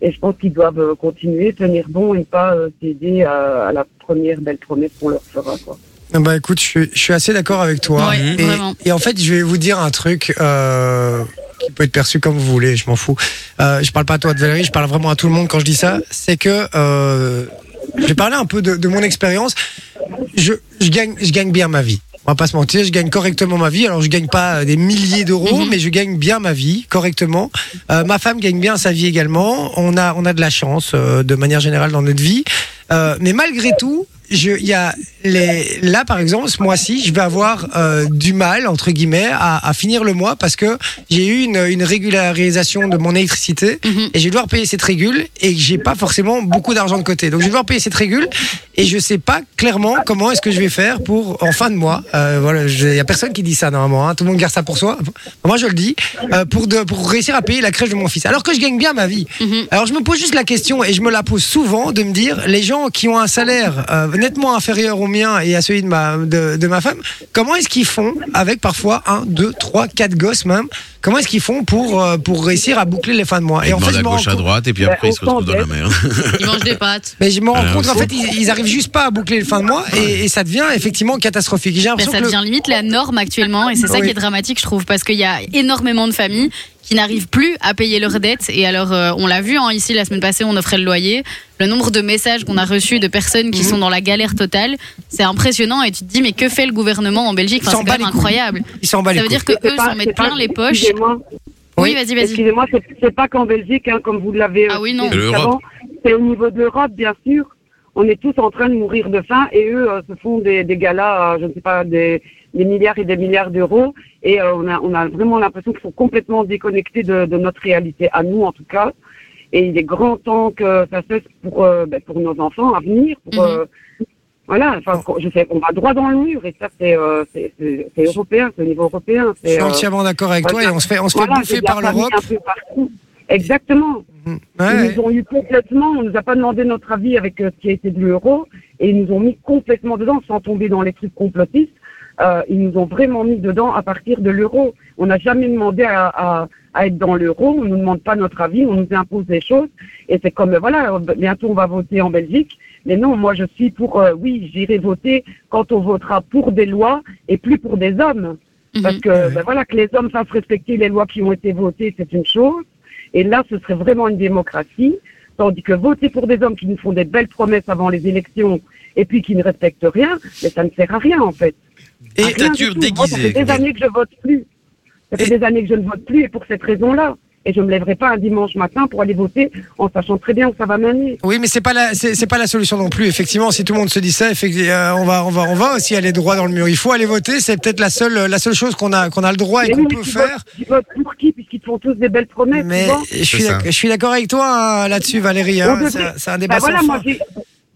[SPEAKER 8] Et je pense qu'ils doivent euh, continuer, tenir bon et pas euh, céder à, à la première belle promesse qu'on leur fera. Quoi.
[SPEAKER 2] Ah Bah écoute, je, suis- je suis assez d'accord avec toi.
[SPEAKER 4] Ouais,
[SPEAKER 2] et,
[SPEAKER 4] vraiment.
[SPEAKER 2] et en fait, je vais vous dire un truc euh, qui peut être perçu comme vous voulez, je m'en fous. Euh, je parle pas à toi de Valérie, je parle vraiment à tout le monde quand je dis ça. C'est que euh, je vais parler un peu de, de mon expérience. Je, je gagne, je gagne bien ma vie. On va pas se mentir, je gagne correctement ma vie. Alors je gagne pas euh, des milliers d'euros,
[SPEAKER 4] Mhm.
[SPEAKER 2] mais je gagne bien ma vie correctement. Euh, ma femme gagne bien sa vie également. On a, on a de la chance euh, de manière générale dans notre vie. Euh, mais malgré tout, je, il y a les, là par exemple, ce mois-ci, je vais avoir euh, du mal entre guillemets à, à finir le mois parce que j'ai eu une, une régularisation de mon électricité
[SPEAKER 4] Mhm.
[SPEAKER 2] et je vais devoir payer cette régule et que j'ai pas forcément beaucoup d'argent de côté. Donc je vais devoir payer cette régule et je sais pas clairement comment est-ce que je vais faire pour en fin de mois. Euh, voilà, je- il y a personne qui dit ça normalement. hein. Tout le monde garde ça pour soi. Moi je le dis euh, pour de, pour réussir à payer la crèche de mon fils. Alors que je gagne bien ma vie.
[SPEAKER 4] Mhm.
[SPEAKER 2] Mm. Alors je me pose juste la question et je me la pose souvent de me dire les gens qui ont un salaire euh, nettement inférieur au mien et à celui de ma de, de ma femme, comment est-ce qu'ils font avec parfois un, deux, trois, quatre gosses même Comment est-ce qu'ils font pour euh, pour réussir à boucler les fins de mois
[SPEAKER 5] Ils demandent
[SPEAKER 2] je
[SPEAKER 5] à
[SPEAKER 2] me rends
[SPEAKER 5] gauche, à
[SPEAKER 2] compte-
[SPEAKER 5] droite, et puis
[SPEAKER 8] Bah,
[SPEAKER 5] après, ils se
[SPEAKER 8] on s'en
[SPEAKER 5] retrouvent dans la
[SPEAKER 8] dette.
[SPEAKER 5] merde.
[SPEAKER 4] Ils mangent des pâtes.
[SPEAKER 2] Mais je me rends
[SPEAKER 5] Alors,
[SPEAKER 2] compte qu'en
[SPEAKER 5] c'est-
[SPEAKER 2] fait, ils, ils arrivent juste pas à boucler les fins de mois et, et ça devient effectivement catastrophique. J'ai
[SPEAKER 4] Ben,
[SPEAKER 2] l'impression
[SPEAKER 4] ça
[SPEAKER 2] que le-
[SPEAKER 4] devient limite la norme actuellement et c'est ça
[SPEAKER 2] Oui.
[SPEAKER 4] qui est dramatique je trouve parce qu'il y a énormément de familles qui n'arrivent plus à payer leurs dettes et alors euh, on l'a vu hein, ici la semaine passée on offrait le loyer le nombre de messages qu'on a reçus de personnes
[SPEAKER 2] Mhm.
[SPEAKER 4] qui sont dans la galère totale c'est impressionnant et tu te dis mais que fait le gouvernement en Belgique
[SPEAKER 2] Ils s'en
[SPEAKER 4] enfin, c'est
[SPEAKER 2] bat
[SPEAKER 4] quand même
[SPEAKER 2] les couilles.
[SPEAKER 4] incroyable
[SPEAKER 2] ils s'en battent
[SPEAKER 4] ça
[SPEAKER 2] les
[SPEAKER 4] veut
[SPEAKER 2] couilles.
[SPEAKER 4] dire que
[SPEAKER 8] C'est
[SPEAKER 4] eux
[SPEAKER 8] pas-
[SPEAKER 4] s'en
[SPEAKER 8] c'est
[SPEAKER 4] mettent
[SPEAKER 8] pas-
[SPEAKER 4] plein les poches
[SPEAKER 8] Excusez-moi,
[SPEAKER 4] oui vas-y vas-y
[SPEAKER 8] excusez-moi, c'est, c'est pas qu'en Belgique, hein, comme vous l'avez. euh,
[SPEAKER 4] Ah oui, non.
[SPEAKER 8] dit
[SPEAKER 5] C'est l'Europe.
[SPEAKER 8] avant. C'est au niveau de l'Europe, bien sûr. On est tous en train de mourir de faim et eux euh, se font des, des galas, à, je ne sais pas, des, des milliards et des milliards d'euros. Et euh, on, a, on a vraiment l'impression qu'ils sont complètement déconnectés de, de notre réalité, à nous en tout cas. Et il est grand temps que ça cesse pour, euh, ben, pour nos enfants à venir. Pour,
[SPEAKER 4] Mhm.
[SPEAKER 8] euh, voilà, enfin, qu'on- je sais, on va droit dans le mur et ça, c'est, euh, c'est, c'est, c'est européen, c'est au niveau européen.
[SPEAKER 2] Je
[SPEAKER 8] C'est,
[SPEAKER 2] suis
[SPEAKER 8] euh,
[SPEAKER 2] entièrement d'accord avec toi et on se fait, on se fait
[SPEAKER 8] voilà,
[SPEAKER 2] bouffer
[SPEAKER 8] c'est de la
[SPEAKER 2] par
[SPEAKER 8] famille
[SPEAKER 2] l'Europe. Mm.
[SPEAKER 8] un peu partout. Exactement.
[SPEAKER 2] Ouais,
[SPEAKER 8] ils
[SPEAKER 2] ouais.
[SPEAKER 8] nous ont eu complètement, on nous a pas demandé notre avis avec euh, ce qui a été de l'euro, et ils nous ont mis complètement dedans, sans tomber dans les trucs complotistes. Euh, ils nous ont vraiment mis dedans à partir de l'euro. On n'a jamais demandé à, à- à être dans l'euro, on nous demande pas notre avis, on nous impose des choses, et c'est comme, euh, voilà, euh, bientôt on va voter en Belgique, mais non, moi je suis pour, euh, oui, j'irai voter quand on votera pour des lois et plus pour des hommes. Parce
[SPEAKER 4] Mhm.
[SPEAKER 8] que,
[SPEAKER 2] Ouais.
[SPEAKER 8] ben voilà, que les hommes fassent respecter les lois qui ont été votées, c'est une chose. Et là, ce serait vraiment une démocratie. Tandis que voter pour des hommes qui nous font des belles promesses avant les élections et puis qui ne respectent rien, mais ça ne sert à rien, en fait. À
[SPEAKER 5] Et
[SPEAKER 8] rien du
[SPEAKER 5] dictature
[SPEAKER 8] tout. Moi, ça fait
[SPEAKER 5] déguisée.
[SPEAKER 8] des années que je vote plus. Ça fait
[SPEAKER 5] Et-
[SPEAKER 8] des années que je ne vote plus et pour cette raison-là. Et je ne me lèverai pas un dimanche matin pour aller voter en sachant très bien où ça va m'amener.
[SPEAKER 2] Oui, mais c'est pas la, c'est c'est pas la solution non plus. Effectivement, si tout le monde se dit ça, effectivement, euh, on va, on va, on va aussi aller droit dans le mur. Il faut aller voter. C'est peut-être la seule, la seule chose qu'on a, qu'on a le droit Ah, et
[SPEAKER 8] Mais
[SPEAKER 2] qu'on
[SPEAKER 8] oui, mais
[SPEAKER 2] peut
[SPEAKER 8] tu
[SPEAKER 2] faire.
[SPEAKER 8] votes- tu votes pour qui Puisqu'ils te font tous des belles promesses.
[SPEAKER 2] Mais
[SPEAKER 8] souvent.
[SPEAKER 2] je suis,
[SPEAKER 5] C'est ça.
[SPEAKER 2] d'ac- je suis d'accord avec toi hein, là-dessus, Valérie. hein.
[SPEAKER 8] On devrait-
[SPEAKER 2] C'est un- c'est un débat
[SPEAKER 8] Bah
[SPEAKER 2] sans
[SPEAKER 8] voilà,
[SPEAKER 2] fin.
[SPEAKER 8] moi j'ai,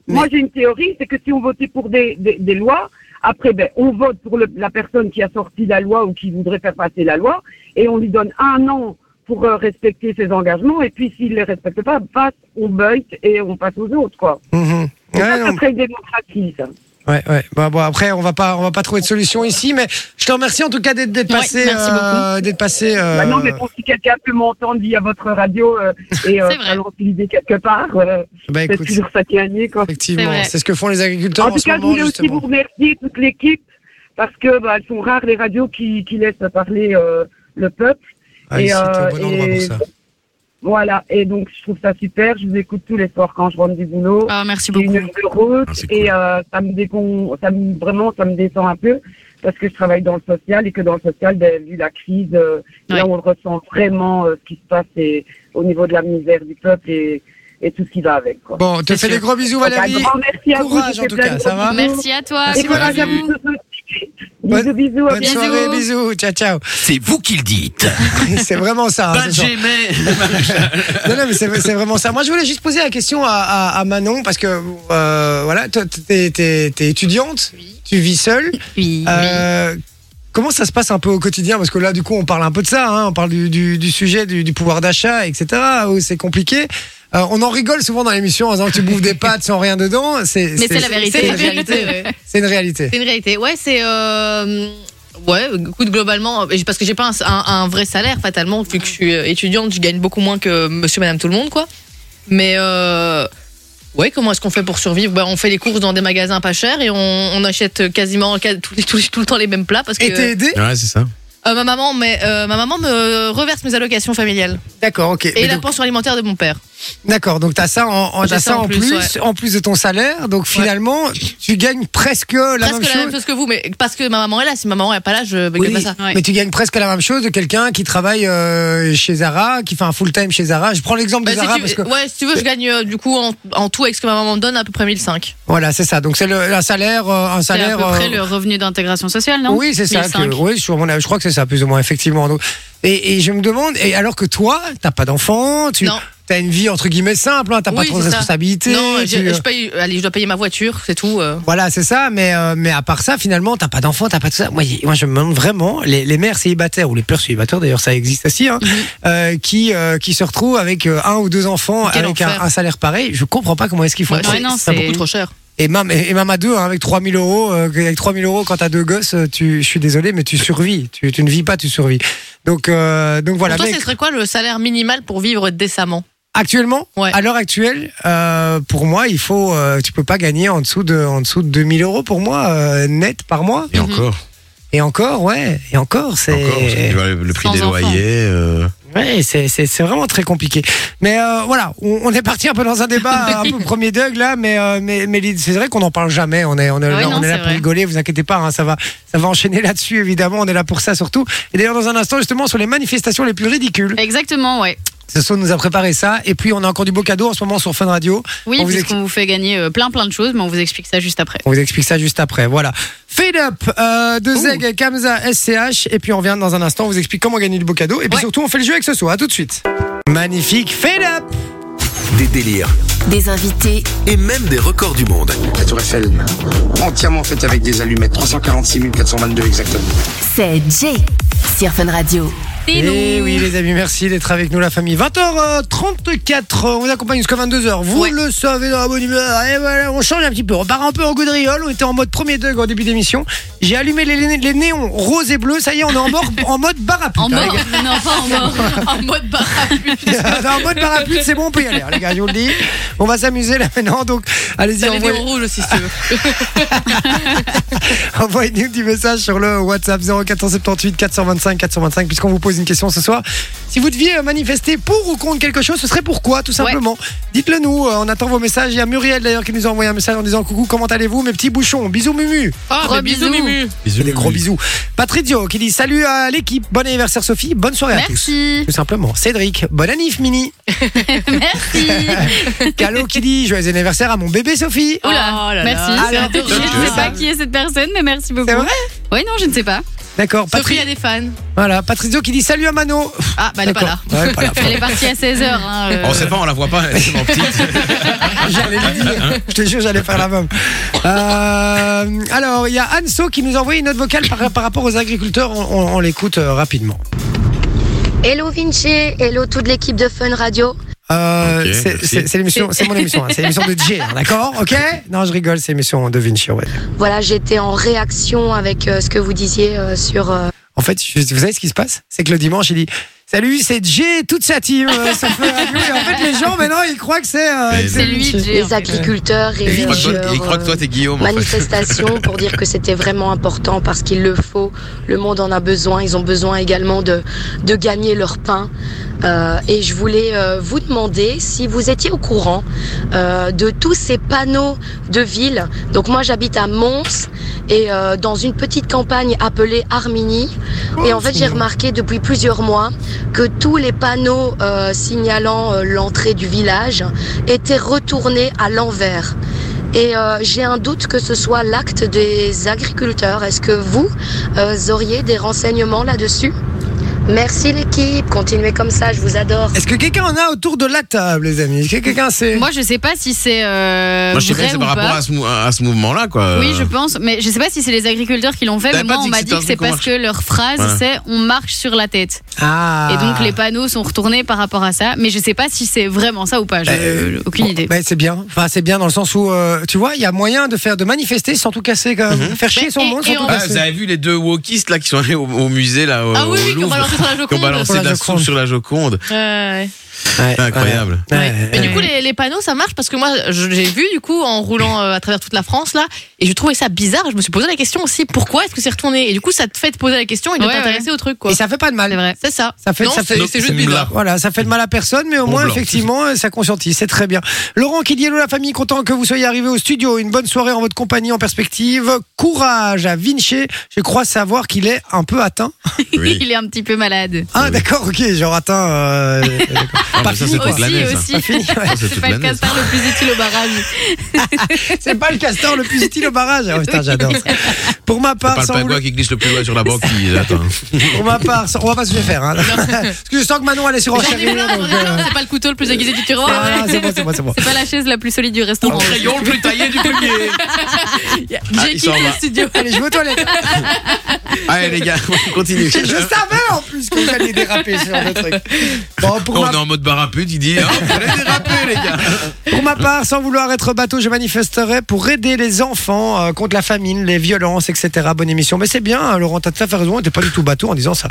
[SPEAKER 8] moi j'ai une théorie, c'est que si on votait pour des, des, des lois, après ben on vote pour le- la personne qui a sorti la loi ou qui voudrait faire passer la loi, et on lui donne un an pour euh, respecter ses engagements, et puis s'il les respecte pas, passe, on beuille et on passe aux autres quoi.
[SPEAKER 2] Mhm.
[SPEAKER 8] C'est
[SPEAKER 2] Ouais,
[SPEAKER 8] ça,
[SPEAKER 2] non,
[SPEAKER 8] c'est très démocratique. ça.
[SPEAKER 2] Ouais, ouais. Bah, bon, après, on va pas, on va pas trouver de solution ici, mais je te remercie en tout cas d'être d'être
[SPEAKER 4] Ouais,
[SPEAKER 2] passé,
[SPEAKER 4] merci
[SPEAKER 2] euh, d'être passé. euh,
[SPEAKER 8] Bah non, mais bon, si quelqu'un peut m'entendre via votre radio euh, et euh,
[SPEAKER 4] C'est vrai.
[SPEAKER 8] l'utiliser quelque part, euh,
[SPEAKER 2] bah,
[SPEAKER 8] c'est
[SPEAKER 2] écoute,
[SPEAKER 8] toujours ça qui est gagné, quoi.
[SPEAKER 4] C'est
[SPEAKER 2] effectivement,
[SPEAKER 4] vrai.
[SPEAKER 2] c'est ce que font les agriculteurs en,
[SPEAKER 8] En tout
[SPEAKER 2] ce
[SPEAKER 8] cas, je
[SPEAKER 2] moment
[SPEAKER 8] voulais aussi
[SPEAKER 2] justement.
[SPEAKER 8] vous remercier toute l'équipe parce que bah, elles sont rares les radios qui, qui laissent parler euh, le peuple.
[SPEAKER 2] Ah,
[SPEAKER 8] et,
[SPEAKER 2] ici, t'es au
[SPEAKER 8] euh,
[SPEAKER 2] bon endroit
[SPEAKER 8] et-
[SPEAKER 2] pour ça.
[SPEAKER 8] Voilà, et donc je trouve ça super. Je vous écoute tous les soirs quand je rentre du boulot.
[SPEAKER 4] Ah, merci
[SPEAKER 8] J'ai
[SPEAKER 4] beaucoup.
[SPEAKER 8] une heure de route
[SPEAKER 5] Ah, c'est
[SPEAKER 8] et euh, ça me décon, ça me vraiment ça me détend un peu parce que je travaille dans le social et que dans le social, ben, vu la crise, euh, là
[SPEAKER 4] Ouais.
[SPEAKER 8] on ressent vraiment euh, ce qui se passe et au niveau de la misère du peuple et, et tout ce qui va avec. Quoi.
[SPEAKER 2] Bon, te
[SPEAKER 4] C'est
[SPEAKER 2] fais
[SPEAKER 4] sûr.
[SPEAKER 2] des gros bisous,
[SPEAKER 8] Donc, un
[SPEAKER 2] Valérie.
[SPEAKER 8] grand merci à vous.
[SPEAKER 2] Courage,
[SPEAKER 8] je
[SPEAKER 2] en
[SPEAKER 8] vous fais
[SPEAKER 2] tout
[SPEAKER 8] plein
[SPEAKER 2] cas,
[SPEAKER 8] de
[SPEAKER 2] ça va
[SPEAKER 8] gros bisous.
[SPEAKER 4] Merci à toi.
[SPEAKER 8] Et
[SPEAKER 2] Merci,
[SPEAKER 4] Coralie.
[SPEAKER 8] courage à vous tous aussi. Bisous, bisous. à
[SPEAKER 2] Bonne
[SPEAKER 8] bientôt.
[SPEAKER 2] soirée, bisous, ciao, ciao.
[SPEAKER 3] C'est vous qui le dites.
[SPEAKER 2] C'est vraiment
[SPEAKER 8] Ah,
[SPEAKER 2] ça. hein, ce soir. Non, non, mais c'est c'est vraiment ça. Moi, je voulais juste poser la question à, à- à Manon parce que euh, voilà, toi, t'es t'es- t'es étudiante, tu vis seule.
[SPEAKER 4] Oui,
[SPEAKER 2] Euh, Comment ça se passe un peu au quotidien Parce que là, du coup, on parle un peu de ça, hein, on parle du, du- du sujet du, du pouvoir d'achat, etc. où c'est compliqué. Euh, on en rigole souvent dans l'émission en disant que tu bouffes des pâtes sans rien dedans. C'est
[SPEAKER 4] Mais c'est la vérité.
[SPEAKER 6] C'est
[SPEAKER 4] C'est la
[SPEAKER 6] une réalité. ouais.
[SPEAKER 2] C'est une réalité.
[SPEAKER 6] C'est une réalité. Ouais, c'est. euh, Ouais, écoute, globalement, euh, parce que j'ai pas un, un- un vrai salaire, fatalement, vu que je suis euh, étudiante, je gagne beaucoup moins que monsieur, madame, tout le monde, quoi. Mais. euh, Ouais, comment est-ce qu'on fait pour survivre bah, On fait les courses dans des magasins pas chers et on, on achète quasiment ca- tout, tout- tout le temps les mêmes plats parce que
[SPEAKER 2] Et t'es aidée
[SPEAKER 5] Ouais, c'est ça.
[SPEAKER 6] Euh, ma, maman, mais, euh, ma maman me reverse mes allocations familiales
[SPEAKER 2] D'accord, ok.
[SPEAKER 6] et
[SPEAKER 2] Mais
[SPEAKER 6] la
[SPEAKER 2] donc-
[SPEAKER 6] pension alimentaire de mon père.
[SPEAKER 2] D'accord, donc t'as ça en, en-
[SPEAKER 6] J'ai
[SPEAKER 2] t'as ça en plus,
[SPEAKER 6] ouais.
[SPEAKER 2] en plus de ton salaire. Donc finalement, tu gagnes presque la
[SPEAKER 6] Presque
[SPEAKER 2] même
[SPEAKER 6] la
[SPEAKER 2] chose.
[SPEAKER 6] même chose que vous, mais parce que ma maman est là, si ma maman est pas là, je ne
[SPEAKER 2] Oui,
[SPEAKER 6] pas ça.
[SPEAKER 4] Ouais.
[SPEAKER 2] Mais tu gagnes presque la même chose de quelqu'un qui travaille euh, chez Zara, qui fait un full time chez Zara. Je prends l'exemple de
[SPEAKER 6] Bah, si
[SPEAKER 2] Zara
[SPEAKER 6] tu-
[SPEAKER 2] parce que
[SPEAKER 6] Ouais, si tu veux, je gagne euh, du coup en, en tout avec ce que ma maman me donne à peu près 1005.
[SPEAKER 2] voilà, c'est ça. Donc c'est le- un salaire, euh, un
[SPEAKER 4] C'est à
[SPEAKER 2] salaire.
[SPEAKER 4] peu près
[SPEAKER 2] euh,
[SPEAKER 4] le revenu d'intégration sociale, non
[SPEAKER 2] oui, c'est ça.
[SPEAKER 4] 1005.
[SPEAKER 2] que- oui, sur mon avis, je crois que c'est ça plus ou moins effectivement. Donc, et, et je me demande, et alors que toi, t'as pas d'enfant, tu
[SPEAKER 6] Non.
[SPEAKER 2] as une vie entre guillemets simple, hein, t'as pas
[SPEAKER 6] Oui,
[SPEAKER 2] trop de
[SPEAKER 6] c'est ça.
[SPEAKER 2] responsabilités.
[SPEAKER 6] Non,
[SPEAKER 2] tu- euh,
[SPEAKER 6] je, je paye, allez, je dois payer ma voiture, c'est tout. euh.
[SPEAKER 2] Voilà, c'est ça, mais, euh, mais à part ça, finalement, t'as pas d'enfant, t'as pas tout ça. Moi, y- moi, je me demande vraiment, les, les mères célibataires, ou les pères célibataires, d'ailleurs, ça existe aussi,
[SPEAKER 6] Mhm.
[SPEAKER 2] hein, euh, qui, euh, qui se retrouvent avec euh, un ou deux enfants,
[SPEAKER 6] Quel
[SPEAKER 2] avec un,
[SPEAKER 6] enfer.
[SPEAKER 2] un salaire pareil, je comprends pas comment est-ce qu'ils font.
[SPEAKER 6] Ouais,
[SPEAKER 2] pour.
[SPEAKER 4] non,
[SPEAKER 6] c'est
[SPEAKER 4] c'est-
[SPEAKER 6] beaucoup trop cher.
[SPEAKER 2] Et même, et même à deux, hein, avec 3000 euros, euh, avec 3000 euros, quand t'as deux gosses, euh, tu, je suis désolé, mais tu survis. Tu, tu ne vis pas, tu survis. Donc, euh, donc voilà.
[SPEAKER 6] pour toi,
[SPEAKER 2] Mais
[SPEAKER 6] ce serait quoi le salaire minimal pour vivre décemment
[SPEAKER 2] actuellement,
[SPEAKER 6] Ouais.
[SPEAKER 2] à l'heure actuelle, euh, pour moi, il faut, euh, tu peux pas gagner en dessous de, en dessous de 2000 euros pour moi, euh, net par mois.
[SPEAKER 5] Et encore.
[SPEAKER 2] Et encore, ouais, et encore, c'est
[SPEAKER 5] Encore, parce que tu vois, le, le prix
[SPEAKER 4] Sans
[SPEAKER 5] des
[SPEAKER 4] enfant.
[SPEAKER 5] loyers. euh,
[SPEAKER 2] ouais, c'est c'est c'est vraiment très compliqué. Mais euh, voilà, on, on est parti un peu dans un débat un peu premier dog là, mais euh, mais, mais l'idée- c'est vrai qu'on n'en parle jamais. On est on est,
[SPEAKER 4] Ah oui,
[SPEAKER 2] là- on
[SPEAKER 4] non,
[SPEAKER 2] est là
[SPEAKER 4] c'est
[SPEAKER 2] pour
[SPEAKER 4] vrai.
[SPEAKER 2] rigoler, vous inquiétez pas, hein, ça va ça va enchaîner là-dessus évidemment. On est là pour ça surtout. Et d'ailleurs dans un instant justement sur les manifestations les plus ridicules,
[SPEAKER 4] Exactement, ouais.
[SPEAKER 2] ce soir nous a préparé ça. Et puis on a encore du beau cadeau en ce moment sur Fun Radio.
[SPEAKER 4] Oui,
[SPEAKER 2] On vous
[SPEAKER 4] puisqu'on vous fait gagner euh, plein plein de choses, mais on vous explique ça juste après.
[SPEAKER 2] On vous explique ça juste après. Voilà. Fade up euh, de Zeg, Kamza, SCH. Et puis on revient dans un instant, on vous explique comment gagner du beau cadeau. Et puis
[SPEAKER 6] Ouais.
[SPEAKER 2] surtout, on fait le jeu avec ce soir. À tout de suite. Magnifique. Fade up.
[SPEAKER 7] des délires
[SPEAKER 1] Des invités,
[SPEAKER 7] et même des records du monde.
[SPEAKER 9] La tour Eiffel, entièrement faite avec des allumettes, 346 422 exactement.
[SPEAKER 1] c'est Jay sur Fun Radio.
[SPEAKER 4] Écoutez-nous.
[SPEAKER 2] Eh oui, les amis, merci d'être avec nous, la famille. 20h34, on vous accompagne jusqu'à 22h. Vous
[SPEAKER 4] Ouais.
[SPEAKER 2] le savez dans la bonne humeur. Et voilà, on change un petit peu. On part un peu en gaudriole. On était en mode premier dog en début d'émission. J'ai allumé les, les- les néons roses et bleus. Ça y est, on est en, mort- en mode bar à pute,
[SPEAKER 4] En
[SPEAKER 2] hein, les
[SPEAKER 4] mort Non, pas en mort.
[SPEAKER 6] En mode parapluie.
[SPEAKER 2] gars. Non, en mode bar à pute, c'est bon, on peut y aller, hein, les gars, je vous le dis. On va s'amuser là maintenant. Donc, allez-y,
[SPEAKER 6] T'as les
[SPEAKER 2] envoyez.
[SPEAKER 6] néons rouges aussi, si tu veux.
[SPEAKER 2] Envoyez-nous un petit message sur le WhatsApp 0478 425 425 puisqu'on vous pose une question ce soir. Si vous deviez euh, manifester pour ou contre quelque chose, ce serait pourquoi tout simplement Dites-le nous, euh, on attend vos messages. Il y a Muriel d'ailleurs qui nous a envoyé un message en disant coucou, comment allez-vous mes petits bouchons Bisous Mumu
[SPEAKER 6] Ah,
[SPEAKER 4] Gros
[SPEAKER 6] mais bisous,
[SPEAKER 4] Oh, bisous.
[SPEAKER 6] Mimu.
[SPEAKER 2] Des gros bisous. Patrizio qui dit salut à l'équipe, bon anniversaire Sophie, bonne soirée à tous.
[SPEAKER 4] Merci.
[SPEAKER 2] Tout simplement. Cédric, bonne annif Mini.
[SPEAKER 4] Merci.
[SPEAKER 2] Calo qui dit joyeux anniversaire à mon bébé Sophie.
[SPEAKER 4] Oula,
[SPEAKER 6] Oh là
[SPEAKER 4] merci.
[SPEAKER 6] là.
[SPEAKER 4] c'est
[SPEAKER 2] Alors,
[SPEAKER 4] adorable.
[SPEAKER 2] Dieu.
[SPEAKER 4] Ah, je ne sais pas qui est cette personne, mais merci beaucoup.
[SPEAKER 2] C'est vrai
[SPEAKER 4] Oui, non, je ne sais pas.
[SPEAKER 2] D'accord.
[SPEAKER 6] Sophie
[SPEAKER 2] Patri-
[SPEAKER 6] a des fans.
[SPEAKER 2] Voilà, Patrizio qui dit salut à Mano.
[SPEAKER 6] Ah, bah elle est pas là.
[SPEAKER 2] D'accord. Ouais, elle est pas là.
[SPEAKER 4] Elle est partie à 16h. Hein, euh.
[SPEAKER 5] On sait pas, Oh, on la voit pas, elle est tellement petite.
[SPEAKER 2] J'allais le dire. Je te jure, j'allais faire la même. Euh, alors, il y a Anso qui nous a envoyé une note vocale par, par rapport aux agriculteurs. On, on- on l'écoute euh, rapidement.
[SPEAKER 10] Hello Vinci, hello toute l'équipe de Fun Radio.
[SPEAKER 2] Euh,
[SPEAKER 5] Ok,
[SPEAKER 2] c'est-
[SPEAKER 5] merci.
[SPEAKER 2] c'est c'est l'émission, c'est mon émission, hein. c'est l'émission de DJ, hein, d'accord Ok Non, je rigole, c'est l'émission de Vinci. Ouais.
[SPEAKER 10] Voilà, j'étais en réaction avec euh, ce que vous disiez euh, sur euh,
[SPEAKER 2] En fait, je- vous savez ce qui se passe C'est que le dimanche, il dit Salut, c'est DJ, toute sa team. euh, sur Fun Radio. Et en fait, les gens, maintenant, ils croient que c'est. euh,
[SPEAKER 5] Mais
[SPEAKER 2] que
[SPEAKER 4] C'est lui,
[SPEAKER 2] Vinci.
[SPEAKER 4] Jay, en
[SPEAKER 10] les
[SPEAKER 4] fait.
[SPEAKER 10] agriculteurs et
[SPEAKER 5] Il croit que toi-
[SPEAKER 10] leur,
[SPEAKER 5] il croit que toi,
[SPEAKER 10] euh,
[SPEAKER 5] t'es Guillaume, en fait.
[SPEAKER 10] manifestation pour dire que c'était vraiment important parce qu'il le faut. Le monde en a besoin. Ils ont besoin également de, de gagner leur pain. Euh, et je voulais euh, vous demander si vous étiez au courant euh, de tous ces panneaux de ville. Donc moi j'habite à Mons et euh, dans une petite campagne appelée Armini. Et en fait j'ai remarqué depuis plusieurs mois que tous les panneaux euh, signalant euh, l'entrée du village étaient retournés à l'envers. Et euh, j'ai un doute que ce soit l'acte des agriculteurs. Est-ce que vous euh, auriez des renseignements là-dessus Merci l'équipe, continuez comme ça, je vous adore.
[SPEAKER 2] Est-ce que quelqu'un en a autour de la table, les amis Est-ce que quelqu'un sait
[SPEAKER 4] Moi, je ne sais pas si c'est euh,
[SPEAKER 5] Moi, je sais
[SPEAKER 4] vrai
[SPEAKER 5] que c'est
[SPEAKER 4] ou
[SPEAKER 5] par rapport
[SPEAKER 4] pas.
[SPEAKER 5] à ce, mou- à ce mouvement-là, quoi.
[SPEAKER 4] Oui, je pense, mais je sais pas si c'est les agriculteurs qui l'ont fait.
[SPEAKER 5] T'avais
[SPEAKER 4] Mais
[SPEAKER 5] pas
[SPEAKER 4] moi,
[SPEAKER 5] dit
[SPEAKER 4] on
[SPEAKER 5] que
[SPEAKER 4] m'a
[SPEAKER 5] c'était
[SPEAKER 4] dit
[SPEAKER 5] un
[SPEAKER 4] que c'est
[SPEAKER 5] truc qu'on
[SPEAKER 4] parce que leur phrase,
[SPEAKER 5] Ouais.
[SPEAKER 4] c'est on marche sur la tête.
[SPEAKER 2] Ah.
[SPEAKER 4] Et donc, les panneaux sont retournés par rapport à ça. Mais je sais pas si c'est vraiment ça ou pas. J'ai
[SPEAKER 2] Euh,
[SPEAKER 4] aucune idée.
[SPEAKER 2] Ben, c'est bien. Enfin, c'est bien dans le sens où, euh, tu vois, il y a moyen de faire de manifester sans tout casser, quand même. faire chier son
[SPEAKER 6] et-
[SPEAKER 2] monde sans
[SPEAKER 6] Mhm. et
[SPEAKER 2] tout
[SPEAKER 6] en-
[SPEAKER 5] Ah, vous
[SPEAKER 2] casser.
[SPEAKER 5] avez vu les deux wokistes là qui sont allés au, au musée là au,
[SPEAKER 6] Ah oui,
[SPEAKER 5] au
[SPEAKER 6] oui, qu'on
[SPEAKER 5] Louvre,
[SPEAKER 6] balance sur la
[SPEAKER 5] qui ont
[SPEAKER 6] Joconde.
[SPEAKER 5] balancé
[SPEAKER 2] Sur la
[SPEAKER 5] de la
[SPEAKER 2] Joconde.
[SPEAKER 5] soupe sur la Joconde.
[SPEAKER 6] Ouais.
[SPEAKER 2] Ouais,
[SPEAKER 5] C'est incroyable.
[SPEAKER 2] ouais.
[SPEAKER 6] Ouais.
[SPEAKER 2] Ouais.
[SPEAKER 6] Mais du coup, les, les panneaux, ça marche parce que moi, je- j'ai vu du coup en roulant euh, à travers toute la France là, et je trouvais ça bizarre. Je me suis posé la question aussi, pourquoi est-ce que c'est retourné Et du coup, ça te fait te poser la question et de
[SPEAKER 4] Ouais,
[SPEAKER 6] t'intéresser au truc quoi.
[SPEAKER 2] Et ça Ah, fait pas de
[SPEAKER 4] C'est
[SPEAKER 2] mal.
[SPEAKER 4] vrai.
[SPEAKER 6] C'est ça.
[SPEAKER 2] Ça fait-
[SPEAKER 6] non,
[SPEAKER 2] ça fait-
[SPEAKER 6] c'est c'est juste
[SPEAKER 5] C'est
[SPEAKER 6] bizarre.
[SPEAKER 2] Voilà, ça fait de mal à personne, mais au
[SPEAKER 5] Bon
[SPEAKER 2] moins,
[SPEAKER 5] blanc.
[SPEAKER 2] effectivement, euh, ça conscientise. C'est très bien. Laurent Kidiello, la famille, content que vous soyez arrivés au studio. Une bonne soirée en votre compagnie, en perspective. Courage à Vinci. Je crois savoir qu'il est un peu atteint.
[SPEAKER 5] Oui.
[SPEAKER 4] Il est un petit peu malade.
[SPEAKER 2] Ah, d'accord, ok, genre atteint. euh, euh,
[SPEAKER 5] Ah,
[SPEAKER 2] Pas
[SPEAKER 5] mais ça
[SPEAKER 2] fini,
[SPEAKER 5] c'est
[SPEAKER 2] quoi.
[SPEAKER 5] toute l'année.
[SPEAKER 4] Aussi,
[SPEAKER 5] ça.
[SPEAKER 4] aussi.
[SPEAKER 2] pas fini, ouais.
[SPEAKER 5] Ça,
[SPEAKER 4] C'est
[SPEAKER 5] toute
[SPEAKER 4] pas le
[SPEAKER 5] l'année, ça.
[SPEAKER 4] castor le plus utile au barrage.
[SPEAKER 2] C'est pas le castor le plus utile au barrage. Ah, putain, j'adore ça. Pour ma
[SPEAKER 5] Pas
[SPEAKER 2] part,
[SPEAKER 5] le
[SPEAKER 2] sans vouloir-
[SPEAKER 5] pingouin qui glisse le plus loin sur la banquise. Attends.
[SPEAKER 2] Pour ma part, ça- on va pas se le faire. Hein. Parce que je sens que Manon, elle est sur
[SPEAKER 6] J'en ai
[SPEAKER 2] enchaîner.
[SPEAKER 6] plein,
[SPEAKER 4] Ah,
[SPEAKER 6] j'en ai plein. C'est pas le couteau le plus aiguisé du
[SPEAKER 2] Ah,
[SPEAKER 6] tiroir.
[SPEAKER 2] c'est bon, c'est bon, c'est bon.
[SPEAKER 4] C'est pas la chaise la plus solide du restaurant.
[SPEAKER 5] le plus taillé du collier.
[SPEAKER 6] J'ai
[SPEAKER 5] Ah, il
[SPEAKER 6] quitté
[SPEAKER 5] s'en
[SPEAKER 6] le
[SPEAKER 5] va.
[SPEAKER 6] studio.
[SPEAKER 2] Allez, je vais aux toilettes.
[SPEAKER 5] Allez les gars, on continue.
[SPEAKER 2] Je savais en plus que vous alliez déraper sur le truc. Bon, pour,
[SPEAKER 5] On
[SPEAKER 2] ma,
[SPEAKER 5] est en mode barapute, il dit hein, vous allez déraper les gars.
[SPEAKER 2] pour ma part, sans vouloir être bateau, je manifesterai pour aider les enfants euh, contre la famine, les violences, etc. Bonne émission. Mais c'est bien, hein, Laurent, t'as tout à fait raison. On n'était pas du tout bateau en disant ça.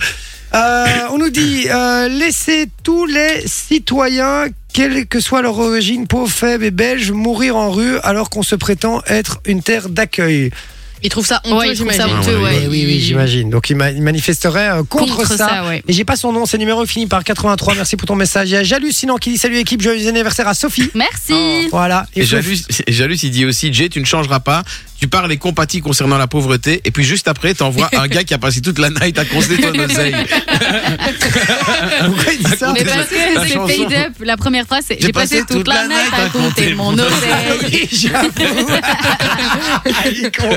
[SPEAKER 2] Euh, on nous dit euh, laissez tous les citoyens, quelle que soit leur origine, pauvres, faibles et belges, mourir en rue alors qu'on se prétend être une terre d'accueil.
[SPEAKER 6] Il trouve ça
[SPEAKER 4] Ouais,
[SPEAKER 6] honteux,
[SPEAKER 4] il trouve ça
[SPEAKER 6] j'imagine.
[SPEAKER 5] j'imagine.
[SPEAKER 4] honteux,
[SPEAKER 5] Ah,
[SPEAKER 4] ouais.
[SPEAKER 2] Eh oui, oui,
[SPEAKER 4] Il-
[SPEAKER 2] j'imagine. Donc il, ma- il manifesterait euh, contre,
[SPEAKER 4] Contre
[SPEAKER 2] ça.
[SPEAKER 4] ça, ouais.
[SPEAKER 2] Et j'ai pas son nom, c'est numéro fini par 83. Merci pour ton message. Il y a Jalucinant qui dit salut équipe, joyeux anniversaire à Sophie.
[SPEAKER 4] Merci.
[SPEAKER 2] Voilà.
[SPEAKER 5] Et
[SPEAKER 2] Et Sophie-
[SPEAKER 5] Jalus, et Jalus, il dit aussi, Jay, tu ne changeras pas. Tu parles et compatis concernant la pauvreté. Et puis juste après, t'envoies un gars qui a passé toute la night à conseiller ton oseille.
[SPEAKER 2] Pourquoi il dit ça
[SPEAKER 4] Mais
[SPEAKER 5] Écoutez,
[SPEAKER 4] parce que
[SPEAKER 5] la
[SPEAKER 4] c'est
[SPEAKER 5] chanson.
[SPEAKER 4] paid up. La première phrase, c'est J'ai passé toute la night à compter mon oseille.
[SPEAKER 2] Oui, j'avoue. Ah, il est con.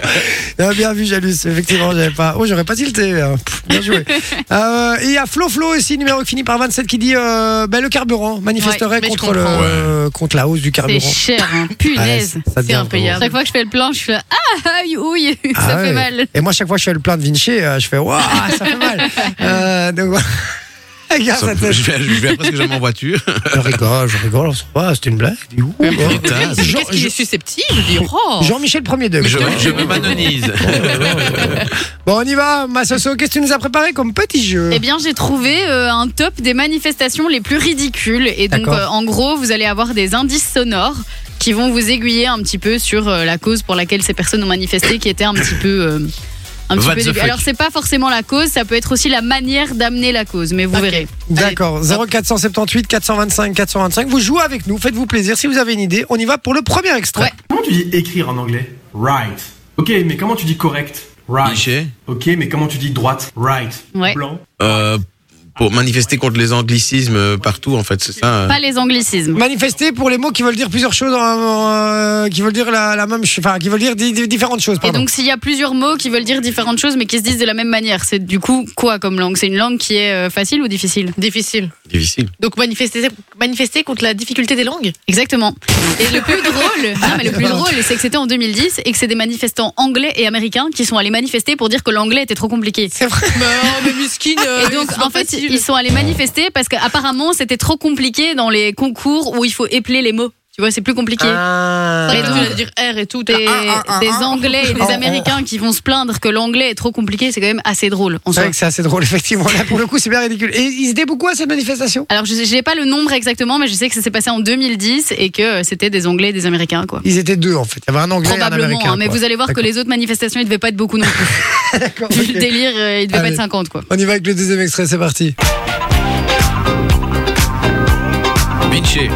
[SPEAKER 2] Non, bien vu, Jalus. Effectivement, j'avais pas. Oh, j'aurais pas tilté. là. Pff, Bien joué. Euh, et il y a Flo Flo aussi, numéro fini par 27, qui dit euh, ben, le carburant manifesterait
[SPEAKER 6] Ouais, mais je
[SPEAKER 2] contre, le,
[SPEAKER 6] comprends.
[SPEAKER 2] euh, contre la hausse du
[SPEAKER 4] C'est
[SPEAKER 2] carburant.
[SPEAKER 4] cher, hein.
[SPEAKER 2] Ah,
[SPEAKER 4] punaise.
[SPEAKER 2] ça- ça devient
[SPEAKER 6] C'est impayable.
[SPEAKER 4] Chaque fois que je fais le plan, je suis là, ah, aïe, ouille,
[SPEAKER 2] Ah
[SPEAKER 4] ça
[SPEAKER 2] ouais.
[SPEAKER 4] fait mal.
[SPEAKER 2] Et moi, chaque fois que je fais le plein de Vinci, euh, je fais waouh, ça fait mal. Euh, donc, voilà. Regarde
[SPEAKER 5] Ça
[SPEAKER 2] sa
[SPEAKER 5] me-
[SPEAKER 2] tête.
[SPEAKER 5] je vais, je vais presque jamais en voiture.
[SPEAKER 2] Je rigole, je rigole, on sait pas, c'était une blague. Il dit, ouh, ouais.
[SPEAKER 5] Putain,
[SPEAKER 6] Qu'est-ce
[SPEAKER 2] Jean-
[SPEAKER 6] qu'il est susceptible Je dis, oh
[SPEAKER 2] Jean-Michel premier degré.
[SPEAKER 5] je, je me manonise.
[SPEAKER 2] Bon, on y va, ma Soso, qu'est-ce que tu nous as préparé comme petit jeu
[SPEAKER 4] Eh bien, j'ai trouvé euh, un top des manifestations les plus ridicules. Et donc,
[SPEAKER 2] D'accord.
[SPEAKER 4] euh, en gros, vous allez avoir des indices sonores qui vont vous aiguiller un petit peu sur euh, la cause pour laquelle ces personnes ont manifesté, qui était un petit peu. euh, un petit
[SPEAKER 5] What
[SPEAKER 4] peu
[SPEAKER 5] the
[SPEAKER 4] dégueu.
[SPEAKER 5] fuck.
[SPEAKER 4] Alors, c'est pas forcément la cause, ça peut être aussi la manière d'amener la cause, mais vous
[SPEAKER 6] Ok.
[SPEAKER 4] verrez.
[SPEAKER 2] D'accord, 0478 425 425. Vous jouez avec nous, faites-vous plaisir. Si vous avez une idée, on y va pour le premier extrait.
[SPEAKER 4] Ouais.
[SPEAKER 11] Comment tu dis écrire en anglais Right. Ok, mais comment tu dis correct Right.
[SPEAKER 5] Cliché.
[SPEAKER 11] Ok, mais comment tu dis droite Right.
[SPEAKER 4] Ouais.
[SPEAKER 11] Blanc.
[SPEAKER 5] Euh, pour manifester contre les anglicismes euh, partout, en fait, c'est ça. euh.
[SPEAKER 4] Pas les anglicismes.
[SPEAKER 2] Manifester pour les mots qui veulent dire plusieurs choses, en- en- euh, qui veulent dire la, la même, ch- enfin, qui veulent dire di- di- différentes choses.
[SPEAKER 4] Et
[SPEAKER 2] Pardon.
[SPEAKER 4] donc, s'il y a plusieurs mots qui veulent dire différentes choses, mais qui se disent de la même manière, c'est du coup quoi comme langue C'est une langue qui est euh, facile ou difficile
[SPEAKER 6] Difficile.
[SPEAKER 5] Difficile.
[SPEAKER 6] Donc manifester, manifester contre la difficulté des langues
[SPEAKER 4] Exactement. Et le plus drôle, non, mais le plus drôle, c'est que c'était en 2010 et que c'est des manifestants anglais et américains qui sont allés manifester pour dire que l'anglais était trop compliqué.
[SPEAKER 6] Mais oh, mais Muskine euh,
[SPEAKER 4] Et donc,
[SPEAKER 6] c'est
[SPEAKER 4] en
[SPEAKER 6] pas
[SPEAKER 4] fait,
[SPEAKER 6] facile.
[SPEAKER 4] ils sont allés manifester parce qu'apparemment, c'était trop compliqué dans les concours où il faut épeler les mots. Tu vois, c'est plus compliqué.
[SPEAKER 2] Ah.
[SPEAKER 6] Après,
[SPEAKER 4] Et
[SPEAKER 6] tu
[SPEAKER 4] donc-
[SPEAKER 6] vas dire R et tout.
[SPEAKER 4] Des,
[SPEAKER 6] t'es-
[SPEAKER 4] des Anglais et des
[SPEAKER 2] Ah, ah.
[SPEAKER 4] Américains qui vont se plaindre que l'anglais est trop compliqué, c'est quand même assez drôle. En
[SPEAKER 2] C'est
[SPEAKER 4] soi.
[SPEAKER 2] vrai que c'est assez drôle, effectivement. Là, pour le coup, c'est bien ridicule. Et ils étaient beaucoup à cette manifestation
[SPEAKER 4] Alors, je n'ai pas le nombre exactement, mais je sais que ça s'est passé en 2010 et que euh, c'était des Anglais et des Américains, quoi.
[SPEAKER 2] Ils étaient deux, en fait. Il y avait un anglais et un
[SPEAKER 4] Probablement,
[SPEAKER 2] américain.
[SPEAKER 4] hein, mais
[SPEAKER 2] quoi.
[SPEAKER 4] vous allez voir que les autres manifestations, il ne devait pas être beaucoup non plus.
[SPEAKER 2] D'accord,
[SPEAKER 4] Vu
[SPEAKER 2] ok.
[SPEAKER 4] le délire, euh, il devait pas
[SPEAKER 2] Allez.
[SPEAKER 4] être 50, quoi.
[SPEAKER 2] On y va avec le deuxième extrait, c'est parti.
[SPEAKER 5] Vinci.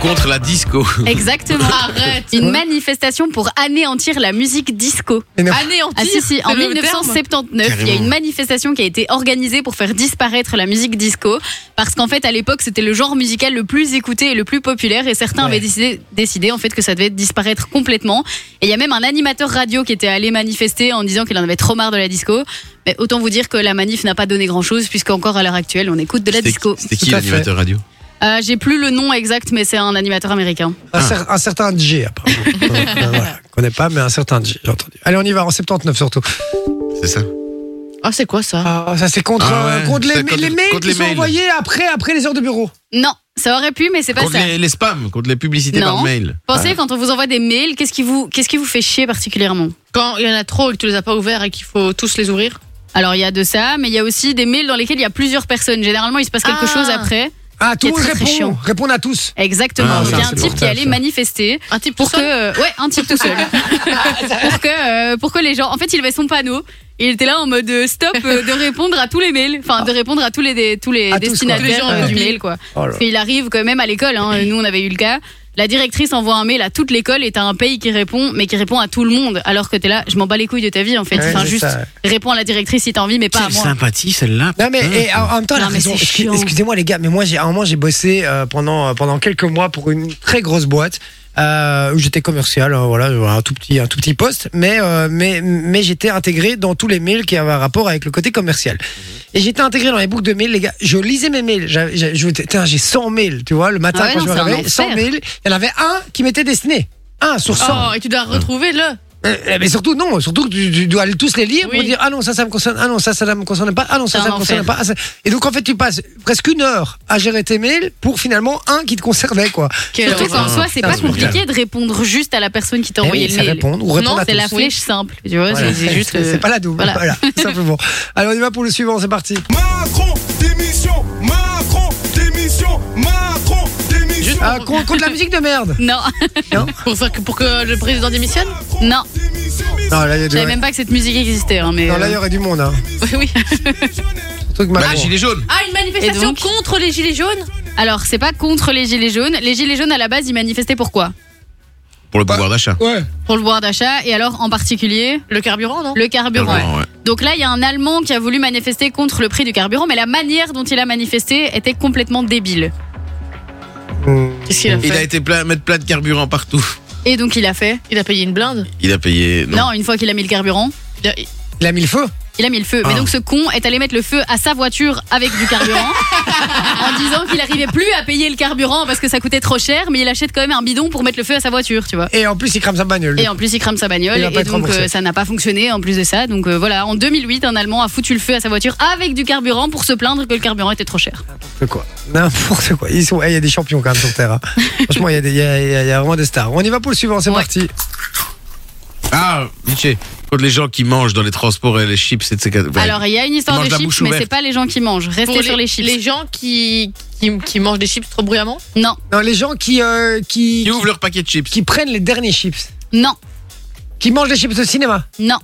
[SPEAKER 5] Contre la disco.
[SPEAKER 4] Exactement.
[SPEAKER 6] Arrête.
[SPEAKER 4] Une manifestation pour anéantir la musique disco.
[SPEAKER 2] Et non.
[SPEAKER 6] Anéantir.
[SPEAKER 4] Ah si si, en
[SPEAKER 6] c'est le terme.
[SPEAKER 4] 1979, il y a une manifestation qui a été organisée pour faire disparaître la musique disco, parce qu'en fait à l'époque c'était le genre musical le plus écouté et le plus populaire, et certains
[SPEAKER 2] Ouais.
[SPEAKER 4] avaient décidé, décidé en fait que ça devait disparaître complètement. Et il y a même un animateur radio qui était allé manifester en disant qu'il en avait trop marre de la disco. Mais autant vous dire que la manif n'a pas donné grand chose, puisqu'encore à l'heure actuelle on écoute de la
[SPEAKER 5] C'était-
[SPEAKER 4] disco.
[SPEAKER 5] C'était qui
[SPEAKER 2] Tout à fait.
[SPEAKER 5] l'animateur radio
[SPEAKER 4] Euh, J'ai plus le nom exact, mais c'est un animateur américain.
[SPEAKER 2] Un, cer- un certain DJ, apparemment. Euh, voilà, je connais pas, mais un certain DJ, j'ai entendu. Allez, on y va, en 79 surtout.
[SPEAKER 5] C'est ça.
[SPEAKER 6] Ah, c'est quoi ça
[SPEAKER 2] Ah, ça, c'est contre,
[SPEAKER 5] Ah ouais,
[SPEAKER 2] euh, contre les,
[SPEAKER 5] c'est contre-
[SPEAKER 2] les mails
[SPEAKER 5] contre
[SPEAKER 2] qui
[SPEAKER 5] les
[SPEAKER 2] sont
[SPEAKER 5] mails.
[SPEAKER 2] envoyés après, après les heures de bureau.
[SPEAKER 4] Non, ça aurait pu, mais c'est pas
[SPEAKER 5] Contre
[SPEAKER 4] ça.
[SPEAKER 5] les, les spams, contre les publicités
[SPEAKER 4] Non.
[SPEAKER 5] par mail.
[SPEAKER 4] Pensez quand on vous envoie des mails, qu'est-ce qui vous qu'est-ce qui vous fait chier particulièrement
[SPEAKER 6] Quand il y en a trop et que tu les as pas ouverts et qu'il faut tous les ouvrir
[SPEAKER 4] Alors il y a de ça, mais il y a aussi des mails dans lesquels il y a plusieurs personnes. Généralement, il se passe quelque
[SPEAKER 6] Ah.
[SPEAKER 4] chose après.
[SPEAKER 2] Ah, tout
[SPEAKER 4] Qui
[SPEAKER 2] le
[SPEAKER 4] est
[SPEAKER 2] monde
[SPEAKER 4] très, très
[SPEAKER 2] répond.
[SPEAKER 4] chiant.
[SPEAKER 2] Répondre à tous.
[SPEAKER 4] Exactement.
[SPEAKER 5] Ah,
[SPEAKER 4] Donc, il y a
[SPEAKER 5] ça,
[SPEAKER 4] un
[SPEAKER 5] c'est
[SPEAKER 4] type qui
[SPEAKER 5] mortel,
[SPEAKER 4] allait
[SPEAKER 5] ça.
[SPEAKER 4] manifester
[SPEAKER 6] Un type
[SPEAKER 4] pour
[SPEAKER 6] pour
[SPEAKER 4] que
[SPEAKER 6] ça
[SPEAKER 4] euh, ouais un type tout seul pour que euh, pour que les gens. En fait, il avait son panneau. Il était là en mode euh, stop euh, de répondre à tous les mails, enfin de répondre à tous les des- tous les
[SPEAKER 2] À tous, quoi.
[SPEAKER 4] destinataires
[SPEAKER 6] Tous les gens,
[SPEAKER 4] euh,
[SPEAKER 6] ouais.
[SPEAKER 4] du mail quoi.
[SPEAKER 2] Oh là
[SPEAKER 4] Parce qu'il arrive quand même à l'école. hein. Nous, on avait eu le cas. La directrice envoie un mail à toute l'école et t'as un pays qui répond, mais qui répond à tout le monde. Alors que t'es là, je m'en bats les couilles de ta vie en fait.
[SPEAKER 2] Ouais,
[SPEAKER 4] enfin,
[SPEAKER 2] c'est
[SPEAKER 4] juste
[SPEAKER 2] ça, ouais.
[SPEAKER 4] réponds à la directrice si t'as envie, mais pas à
[SPEAKER 5] Quelle
[SPEAKER 4] moi.
[SPEAKER 5] sympathie celle-là.
[SPEAKER 2] Non mais
[SPEAKER 5] putain.
[SPEAKER 2] et ah, en en même temps, elle a
[SPEAKER 4] Non, mais
[SPEAKER 2] raison.
[SPEAKER 4] c'est
[SPEAKER 2] Excu-
[SPEAKER 4] chiant.
[SPEAKER 2] Excusez-moi les gars, mais moi j'ai à un moment j'ai bossé euh, pendant euh, pendant quelques mois pour une très grosse boîte euh, où j'étais commercial, euh, voilà un tout petit un tout petit poste, mais euh, mais mais j'étais intégré dans tous les mails qui avaient un rapport avec le côté commercial. Et j'étais intégré dans les boucles de mails, les gars. Je lisais mes mails. J'avais- j'avais- je- Tiens, j'ai 100 mails, tu vois, le matin
[SPEAKER 4] Ah ouais,
[SPEAKER 2] quand
[SPEAKER 4] non,
[SPEAKER 2] je me
[SPEAKER 4] c'est un
[SPEAKER 2] réveillais, 100
[SPEAKER 4] enfer. Ah
[SPEAKER 2] mails. Il y en avait un qui m'était destiné. Un sur 100.
[SPEAKER 6] Oh, et tu dois retrouver le.
[SPEAKER 2] Euh, mais surtout, non, surtout que tu, tu dois aller tous les lire pour
[SPEAKER 6] Oui.
[SPEAKER 2] dire Ah non, ça, ça me concerne, ah non, ça, ça, ne me concerne pas, ah non, ça,
[SPEAKER 4] C'est
[SPEAKER 2] ça
[SPEAKER 4] un
[SPEAKER 2] me concerne
[SPEAKER 4] enfer.
[SPEAKER 2] pas. ah, ça- Et donc, en fait, tu passes presque une heure à gérer tes mails pour finalement un qui te concernait, quoi.
[SPEAKER 6] Quelle
[SPEAKER 4] Surtout
[SPEAKER 6] horreur.
[SPEAKER 4] qu'en soi, c'est
[SPEAKER 2] putain,
[SPEAKER 4] pas
[SPEAKER 2] c'est horrible.
[SPEAKER 4] compliqué de répondre juste à la personne qui t'a
[SPEAKER 2] Eh
[SPEAKER 4] envoyé
[SPEAKER 2] oui,
[SPEAKER 4] le
[SPEAKER 2] ça
[SPEAKER 4] mail.
[SPEAKER 2] répond, ou répondre
[SPEAKER 4] non,
[SPEAKER 2] à
[SPEAKER 4] c'est
[SPEAKER 2] tous.
[SPEAKER 4] la flèche simple. Tu vois,
[SPEAKER 2] Voilà,
[SPEAKER 4] c'est- c'est juste.
[SPEAKER 2] C'est
[SPEAKER 4] euh,
[SPEAKER 2] pas la double. Voilà,
[SPEAKER 4] voilà.
[SPEAKER 2] simplement. Alors, on y va pour le suivant, c'est parti.
[SPEAKER 3] Macron, démission, Macron, démission, Macron, démission.
[SPEAKER 2] Ah, con- contre la musique de merde.
[SPEAKER 4] Non,
[SPEAKER 6] Pour, faire que, pour que le président démissionne
[SPEAKER 4] non.
[SPEAKER 2] Non, là, il y a
[SPEAKER 4] Je
[SPEAKER 2] du,
[SPEAKER 4] savais même pas que cette musique existait. hein, mais
[SPEAKER 2] non, là, il y
[SPEAKER 4] euh,
[SPEAKER 2] aurait du monde. Hein.
[SPEAKER 6] Oui, oui.
[SPEAKER 2] Truc
[SPEAKER 5] Bah,
[SPEAKER 2] Macron.
[SPEAKER 5] gilet jaune.
[SPEAKER 6] Ah, une manifestation
[SPEAKER 4] Et donc
[SPEAKER 6] contre les gilets jaunes
[SPEAKER 4] Alors, c'est pas contre les gilets jaunes. Les gilets jaunes, à la base, ils manifestaient pourquoi
[SPEAKER 5] Pour le
[SPEAKER 2] Bah,
[SPEAKER 5] pouvoir d'achat.
[SPEAKER 2] Ouais.
[SPEAKER 4] Pour le pouvoir d'achat et alors, en particulier,
[SPEAKER 6] Le carburant, non
[SPEAKER 4] le carburant.
[SPEAKER 5] Carburant, ouais.
[SPEAKER 4] Donc là, il y a un Allemand qui a voulu manifester contre le prix du carburant, mais la manière dont il a manifesté était complètement débile.
[SPEAKER 2] Mm.
[SPEAKER 6] Qu'est-ce qu'il a
[SPEAKER 5] Il a
[SPEAKER 6] fait
[SPEAKER 5] été plein, mettre plein de carburant partout.
[SPEAKER 4] Et donc, il a fait
[SPEAKER 6] Il a payé une blinde
[SPEAKER 5] Il a payé. Non.
[SPEAKER 4] Non, une fois qu'il a mis le carburant,
[SPEAKER 6] Il a-
[SPEAKER 2] Il a mis le feu.
[SPEAKER 4] Il a mis le feu.
[SPEAKER 2] Ah.
[SPEAKER 4] Mais donc ce con est allé mettre le feu à sa voiture avec du carburant. en disant qu'il n'arrivait plus à payer le carburant parce que ça coûtait trop cher, mais il achète quand même un bidon pour mettre le feu à sa voiture, tu vois.
[SPEAKER 2] Et en plus, il crame sa bagnole.
[SPEAKER 4] Et en plus, il crame sa bagnole.
[SPEAKER 2] Il va pas
[SPEAKER 4] Et
[SPEAKER 2] être
[SPEAKER 4] donc,
[SPEAKER 2] remboursé.
[SPEAKER 4] euh, ça n'a pas fonctionné en plus de ça. Donc euh, voilà, en 2008, un Allemand a foutu le feu à sa voiture avec du carburant pour se plaindre que le carburant était trop cher.
[SPEAKER 2] N'importe quoi. N'importe quoi. Ils sont- eh, Il y a des champions quand même sur Terre. hein. Franchement, il y, a des- il y a- il y a- il y a vraiment des stars. On y va pour le suivant, c'est parti.
[SPEAKER 5] Ah, Vinci, contre les gens qui mangent dans les transports et les chips, etc. Ouais.
[SPEAKER 4] Alors, il y a une histoire
[SPEAKER 5] Ils
[SPEAKER 4] de
[SPEAKER 5] mangent la
[SPEAKER 4] chips,
[SPEAKER 5] bouche
[SPEAKER 4] mais c'est
[SPEAKER 5] ouverte.
[SPEAKER 4] pas les gens qui mangent. Restez
[SPEAKER 6] Pour
[SPEAKER 4] sur les chips.
[SPEAKER 6] Les gens qui, qui, qui mangent des chips trop bruyamment
[SPEAKER 4] Non.
[SPEAKER 2] Non, les gens qui, euh, qui,
[SPEAKER 5] Qui ouvrent leur paquet de chips.
[SPEAKER 2] qui prennent les derniers chips,
[SPEAKER 4] Non,
[SPEAKER 2] qui mangent les chips de cinéma,
[SPEAKER 4] non,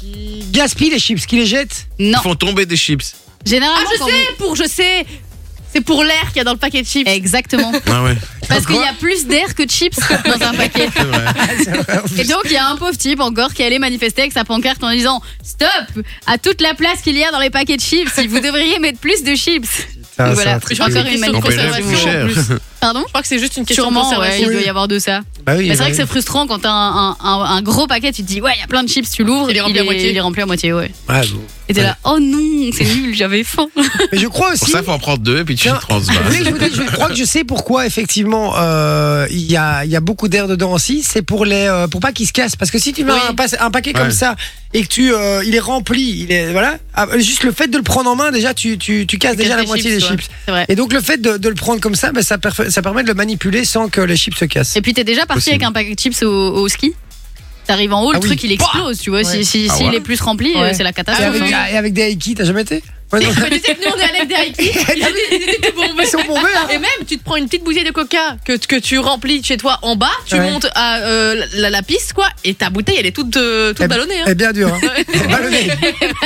[SPEAKER 2] qui gaspillent les chips, qui les jettent.
[SPEAKER 4] non.
[SPEAKER 5] Ils font tomber des chips.
[SPEAKER 4] Généralement,
[SPEAKER 6] Ah, je
[SPEAKER 4] quand
[SPEAKER 6] sais, pour, je sais C'est pour l'air qu'il y a dans le paquet de
[SPEAKER 4] vous-
[SPEAKER 6] chips.
[SPEAKER 4] Exactement.
[SPEAKER 5] Ah ouais,
[SPEAKER 4] Parce qu'il y a plus d'air que de chips dans un paquet.
[SPEAKER 5] c'est vrai.
[SPEAKER 2] Ah,
[SPEAKER 4] Et donc, il y a un pauvre type encore qui allait manifester avec sa pancarte en disant Stop à toute la place qu'il y a dans les paquets de chips, vous devriez mettre plus de chips.
[SPEAKER 2] Ah, Ça,
[SPEAKER 4] Donc
[SPEAKER 2] c'est
[SPEAKER 4] voilà,
[SPEAKER 2] un truc
[SPEAKER 4] je vais
[SPEAKER 2] de
[SPEAKER 4] faire
[SPEAKER 2] ouf.
[SPEAKER 4] une
[SPEAKER 5] On
[SPEAKER 4] manifestation.
[SPEAKER 5] paierait plus cher.
[SPEAKER 4] Pardon
[SPEAKER 6] Je crois que c'est juste une question
[SPEAKER 4] Sûrement, ouais,
[SPEAKER 6] de conservation.
[SPEAKER 4] il doit y avoir de ça.
[SPEAKER 2] Bah oui,
[SPEAKER 4] Mais c'est
[SPEAKER 2] bah
[SPEAKER 4] vrai
[SPEAKER 2] oui.
[SPEAKER 4] que c'est frustrant quand t'as un, un- un- un gros paquet, tu te dis Ouais, il y a plein de chips, tu l'ouvres,
[SPEAKER 6] Il est rempli à moitié.
[SPEAKER 4] Il est rempli à moitié, ouais.
[SPEAKER 2] Ouais, bon.
[SPEAKER 4] Et t'es là Oh non, c'est nul, j'avais faim.
[SPEAKER 2] Mais je crois aussi.
[SPEAKER 5] Pour ça, faut en prendre deux et puis tu
[SPEAKER 2] Tiens. Vous
[SPEAKER 5] transvases.
[SPEAKER 2] voulez que je, vous dise, je crois que je sais pourquoi effectivement euh, il y, a, il y a beaucoup d'air dedans aussi. C'est pour les euh, pour pas qu'ils se cassent parce que si tu mets
[SPEAKER 6] Oui.
[SPEAKER 2] un, passe- un paquet comme
[SPEAKER 5] Ouais.
[SPEAKER 2] ça et que tu euh, il est rempli, il est voilà ah, juste le fait de le prendre en main déjà tu tu, tu casses déjà la
[SPEAKER 4] les
[SPEAKER 2] moitié
[SPEAKER 4] chips,
[SPEAKER 2] des
[SPEAKER 4] ouais.
[SPEAKER 2] chips.
[SPEAKER 4] C'est vrai.
[SPEAKER 2] Et donc le fait de, de le prendre comme ça, ben, ça, perf- ça permet de le manipuler sans que les chips se cassent.
[SPEAKER 4] Et puis t'es déjà parti
[SPEAKER 5] Possible.
[SPEAKER 4] avec un paquet de chips au, au ski T'arrives en haut, le
[SPEAKER 2] Ah oui.
[SPEAKER 4] truc il explose, tu vois.
[SPEAKER 2] Ouais.
[SPEAKER 4] Si, si,
[SPEAKER 5] Ah
[SPEAKER 4] s'il
[SPEAKER 5] ouais.
[SPEAKER 4] est plus rempli, euh,
[SPEAKER 2] Ouais.
[SPEAKER 6] Ah
[SPEAKER 4] c'est la
[SPEAKER 2] et,
[SPEAKER 4] catastrophe.
[SPEAKER 2] avec,
[SPEAKER 4] hein.
[SPEAKER 2] et avec des haïkis, t'as jamais été Ouais, non.
[SPEAKER 6] Mais tu sais que nous, on est allés avec des Haïkis.
[SPEAKER 2] Ils sont bombés, hein.
[SPEAKER 6] Et même, tu te prends une petite bouteille de coca que, que tu remplis chez toi en bas, tu
[SPEAKER 2] Ouais.
[SPEAKER 6] montes à euh, la- la, la piste, quoi, et ta bouteille, elle est toute, euh, toute
[SPEAKER 2] Eh-
[SPEAKER 6] ballonnée. hein.
[SPEAKER 2] Eh bien dur, hein. Ballonné.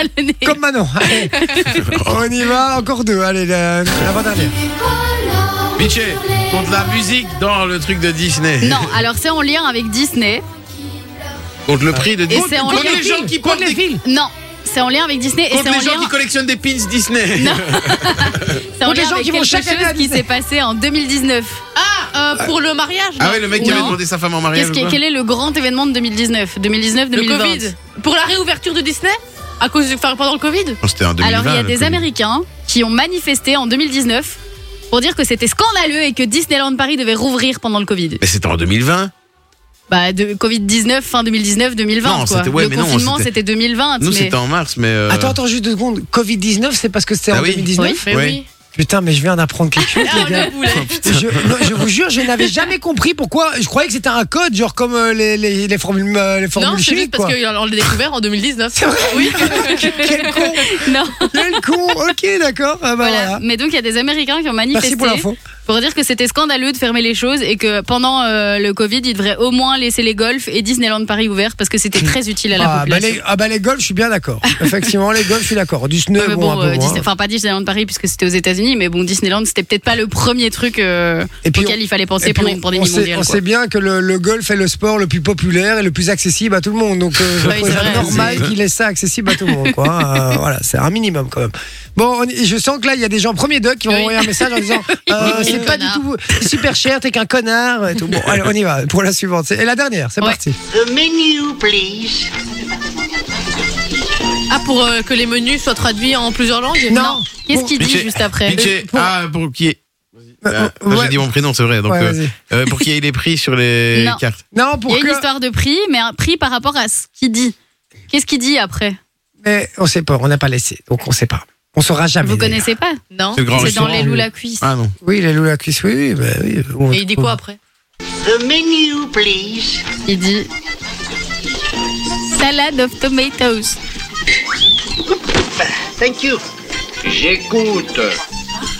[SPEAKER 4] Ballonné.
[SPEAKER 2] Comme Manon. Allez. On y va, encore deux. Allez, la, la dernière.
[SPEAKER 5] Vinci, contre la musique dans le truc de Disney.
[SPEAKER 4] Non, alors c'est en lien avec Disney.
[SPEAKER 5] Contre le prix de
[SPEAKER 4] Et
[SPEAKER 5] Disney.
[SPEAKER 4] c'est en
[SPEAKER 5] Contre
[SPEAKER 4] lien
[SPEAKER 5] les
[SPEAKER 4] avec-
[SPEAKER 5] gens qui portent des-
[SPEAKER 4] Non, c'est en lien avec Disney et c'est
[SPEAKER 5] Contre
[SPEAKER 4] en
[SPEAKER 5] les gens
[SPEAKER 4] lien,
[SPEAKER 5] qui collectionnent des pins Disney.
[SPEAKER 4] c'est en
[SPEAKER 2] contre les
[SPEAKER 4] lien
[SPEAKER 2] gens
[SPEAKER 4] avec
[SPEAKER 2] qui vont
[SPEAKER 4] quelque
[SPEAKER 2] chaque année à
[SPEAKER 4] chose qui
[SPEAKER 2] Disney.
[SPEAKER 4] s'est passé en 2019.
[SPEAKER 6] Ah, euh, pour le mariage
[SPEAKER 5] Ah
[SPEAKER 6] non
[SPEAKER 5] ouais, le mec qui avait
[SPEAKER 4] Non.
[SPEAKER 5] demandé sa femme en mariage.
[SPEAKER 4] Qu'est-ce
[SPEAKER 5] ou
[SPEAKER 4] qui-
[SPEAKER 5] quoi
[SPEAKER 4] quel est le grand événement de 2019 2019,
[SPEAKER 6] Le
[SPEAKER 4] 2020
[SPEAKER 6] Covid Pour la réouverture de Disney à cause du, enfin, pendant le Covid
[SPEAKER 5] Non, C'était en 2020.
[SPEAKER 4] Alors il y a
[SPEAKER 5] le
[SPEAKER 4] des
[SPEAKER 5] Covid.
[SPEAKER 4] Américains qui ont manifesté en 2019 pour dire que c'était scandaleux et que Disneyland Paris devait rouvrir pendant le Covid.
[SPEAKER 5] Mais c'était en 2020.
[SPEAKER 4] Bah, de Covid-19, fin 2019, 2020.
[SPEAKER 5] Non,
[SPEAKER 4] quoi.
[SPEAKER 5] c'était- ouais,
[SPEAKER 4] le
[SPEAKER 5] mais non,
[SPEAKER 4] confinement,
[SPEAKER 5] c'était-
[SPEAKER 4] c'était 2020.
[SPEAKER 5] Nous,
[SPEAKER 4] mais-
[SPEAKER 5] c'était en mars, mais. euh,
[SPEAKER 2] Attends, attends, juste deux secondes. Covid-19, c'est parce que c'était
[SPEAKER 5] Ah
[SPEAKER 2] en
[SPEAKER 5] oui.
[SPEAKER 2] 2019
[SPEAKER 4] Oui.
[SPEAKER 5] Mais oui.
[SPEAKER 2] Putain, mais je viens d'apprendre quelque chose,
[SPEAKER 6] Ah,
[SPEAKER 2] les gars.
[SPEAKER 5] Oh, putain.
[SPEAKER 2] Je, non, je vous jure, je n'avais jamais compris pourquoi. Je croyais que c'était un code, genre comme euh, les, les, les formules, euh, les formules
[SPEAKER 6] Non, c'est juste
[SPEAKER 2] chimiques,
[SPEAKER 6] parce
[SPEAKER 2] quoi.
[SPEAKER 6] qu'on l'a découvert en 2019. Oui.
[SPEAKER 2] Quel con
[SPEAKER 4] Non.
[SPEAKER 2] Quel con Ok, d'accord. Ah bah
[SPEAKER 4] Voilà.
[SPEAKER 2] voilà.
[SPEAKER 4] Mais donc il y a des Américains qui ont
[SPEAKER 2] Merci
[SPEAKER 4] manifesté
[SPEAKER 2] pour l'info.
[SPEAKER 4] pour dire que c'était scandaleux de fermer les choses et que pendant euh, le Covid, ils devraient au moins laisser les golfs et Disneyland Paris ouverts parce que c'était très utile à la
[SPEAKER 2] Ah bah,
[SPEAKER 4] population.
[SPEAKER 2] les, ah bah les golfs, je suis bien d'accord. Effectivement, les golfs, je suis d'accord. Du snow,
[SPEAKER 4] Ouais, mais
[SPEAKER 2] bon, hein.
[SPEAKER 4] bon,
[SPEAKER 2] un peu
[SPEAKER 4] euh,
[SPEAKER 2] moins.
[SPEAKER 4] Disney- enfin pas Disneyland Paris puisque c'était aux États-Unis, mais bon Disneyland c'était peut-être pas le premier truc euh,
[SPEAKER 2] Et puis,
[SPEAKER 4] auquel il fallait
[SPEAKER 2] Et
[SPEAKER 4] penser
[SPEAKER 2] puis,
[SPEAKER 4] pendant
[SPEAKER 2] on-
[SPEAKER 4] une pandémie
[SPEAKER 2] on sait,
[SPEAKER 4] mondiale.
[SPEAKER 2] on
[SPEAKER 4] quoi.
[SPEAKER 2] sait bien que le, le golf est le sport le plus populaire et le plus accessible à tout le monde. Donc, euh, je
[SPEAKER 4] Oui,
[SPEAKER 2] trouve
[SPEAKER 4] c'est
[SPEAKER 2] ça
[SPEAKER 4] vrai,
[SPEAKER 2] normal qu'il ait ça accessible à tout le monde. Quoi. hein. Euh, voilà, c'est un minimum quand même. Bon, on- je sens que là, il y a des gens premier doc qui vont
[SPEAKER 4] Oui.
[SPEAKER 2] envoyer un message en disant euh,
[SPEAKER 4] Oui,
[SPEAKER 2] c'est
[SPEAKER 4] oui,
[SPEAKER 2] pas du
[SPEAKER 4] connard.
[SPEAKER 2] tout c'est super cher, t'es qu'un connard. Et tout. Bon, allez, on y va pour la suivante. C'est- Et la dernière, c'est
[SPEAKER 4] Ouais.
[SPEAKER 2] parti.
[SPEAKER 12] The menu, please.
[SPEAKER 6] Ah, pour euh, que les menus soient traduits en plusieurs langues
[SPEAKER 2] Non.
[SPEAKER 4] Qu'est-ce qu'il dit
[SPEAKER 5] Vinci-
[SPEAKER 4] juste après
[SPEAKER 5] Vinci, ah, pour qui est.
[SPEAKER 2] Euh, ouais.
[SPEAKER 5] J'ai dit mon prénom, c'est vrai. Donc,
[SPEAKER 2] Ouais,
[SPEAKER 5] euh,
[SPEAKER 2] vas-y.
[SPEAKER 5] euh, pour qu'il y ait les prix sur les
[SPEAKER 4] Non.
[SPEAKER 5] cartes.
[SPEAKER 2] Non,
[SPEAKER 4] Il y
[SPEAKER 2] pour
[SPEAKER 4] a une
[SPEAKER 2] que.
[SPEAKER 4] histoire de prix, mais un prix par rapport à ce qu'il dit. Qu'est-ce qu'il dit après
[SPEAKER 2] Mais on sait pas, on n'a pas laissé, donc on sait pas. On saura jamais.
[SPEAKER 4] Vous
[SPEAKER 2] d'ailleurs.
[SPEAKER 4] connaissez pas
[SPEAKER 6] Non.
[SPEAKER 5] C'est le grand
[SPEAKER 4] C'est dans
[SPEAKER 5] restaurant.
[SPEAKER 4] les loups la cuisse.
[SPEAKER 5] Ah non.
[SPEAKER 2] Oui, les loups la cuisse, oui, oui, bah oui. on-
[SPEAKER 6] Et il dit quoi après
[SPEAKER 12] The menu, please.
[SPEAKER 4] Il dit Salad of tomatoes.
[SPEAKER 12] Thank you.
[SPEAKER 3] J'écoute.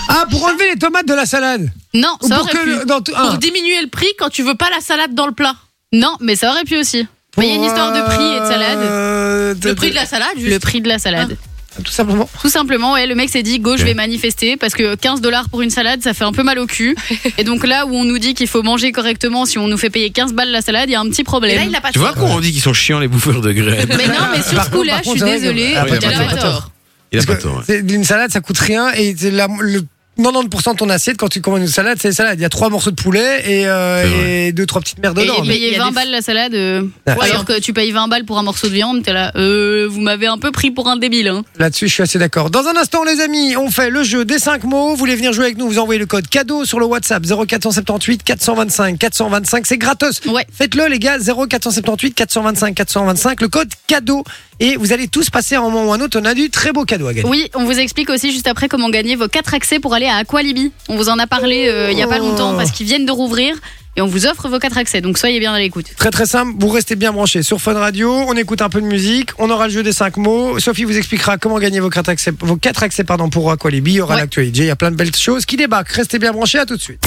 [SPEAKER 2] Ah, pour enlever les tomates de la salade.
[SPEAKER 4] Non,
[SPEAKER 2] Ou
[SPEAKER 4] ça
[SPEAKER 2] pour
[SPEAKER 4] aurait
[SPEAKER 2] que
[SPEAKER 4] pu.
[SPEAKER 2] le- dans tout-
[SPEAKER 6] Pour
[SPEAKER 2] ah.
[SPEAKER 6] diminuer le prix quand tu veux pas la salade dans le plat.
[SPEAKER 4] Non, mais ça aurait pu aussi. Mais il y a une histoire de prix et de salade.
[SPEAKER 2] Euh, de-
[SPEAKER 6] Le prix de la salade, juste. Ah.
[SPEAKER 4] Le prix de la salade.
[SPEAKER 2] de- Tout simplement.
[SPEAKER 4] Tout simplement, ouais, le mec s'est dit, go, je
[SPEAKER 5] Ok.
[SPEAKER 4] vais manifester parce que 15 dollars pour une salade, ça fait un peu mal au cul. Et donc là où on nous dit qu'il faut manger correctement, si on nous fait payer 15 balles la salade, il y a un petit
[SPEAKER 6] Et
[SPEAKER 4] problème.
[SPEAKER 6] là, il a pas
[SPEAKER 5] Tu vois qu'on dit qu'ils sont chiants, les bouffeurs de graines
[SPEAKER 4] Mais non, mais sur
[SPEAKER 2] Par contre-
[SPEAKER 4] ce coup-là,
[SPEAKER 2] par
[SPEAKER 4] je
[SPEAKER 2] contre,
[SPEAKER 4] suis
[SPEAKER 2] c'est vrai que-
[SPEAKER 4] désolée,
[SPEAKER 2] Ah,
[SPEAKER 5] oui,
[SPEAKER 4] il
[SPEAKER 5] il a
[SPEAKER 4] a
[SPEAKER 5] pas
[SPEAKER 4] tort.
[SPEAKER 2] tort.
[SPEAKER 5] Il a
[SPEAKER 2] Parce
[SPEAKER 5] pas
[SPEAKER 2] que
[SPEAKER 5] tort. ouais.
[SPEAKER 2] c'est- D'une salade, ça coûte rien et c'est la- le 90% de ton assiette quand tu commandes une salade, c'est salade. Il y a trois morceaux de poulet et, euh,
[SPEAKER 5] C'est vrai.
[SPEAKER 2] et deux trois petites merdes
[SPEAKER 4] Et
[SPEAKER 2] dedans. mais-
[SPEAKER 4] payer 20 balles la salade, euh,
[SPEAKER 2] Ah.
[SPEAKER 4] alors que tu payes 20 balles pour un morceau de viande, t'es là, euh, vous m'avez un peu pris pour un débile. Hein.
[SPEAKER 2] Là-dessus, je suis assez d'accord. Dans un instant, les amis, on fait le jeu des 5 mots. Vous voulez venir jouer avec nous, vous envoyez le code cadeau sur le WhatsApp 0478 425 425. C'est gratos. Faites-le, les gars, 0478 425 425. Le code cadeau. Et vous allez tous passer à un moment ou un autre. On a du très beau cadeau à gagner.
[SPEAKER 4] Oui, on vous explique aussi juste après comment gagner vos 4 accès pour aller à Aqualibi. On vous en a parlé euh, il y a pas longtemps parce qu'ils viennent de rouvrir et on vous offre vos 4 accès, donc soyez bien à l'écoute.
[SPEAKER 2] Très très simple, vous restez bien branchés sur Fun Radio, on écoute un peu de musique, on aura le jeu des 5 mots, Sophie vous expliquera comment gagner vos 4 accès, vos quatre accès pardon, pour Aqualibi, il y aura l'actualité, il y a plein de belles choses qui débarquent, restez bien branchés, à tout de suite.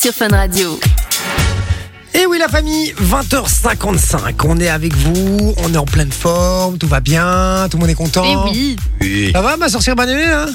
[SPEAKER 13] Sur Fun Radio.
[SPEAKER 2] Et Eh oui la famille, 20h55, on est avec vous, on est en pleine forme, tout va bien, tout le monde est content.
[SPEAKER 4] Eh oui.
[SPEAKER 2] Ça va ma sorcière bananée là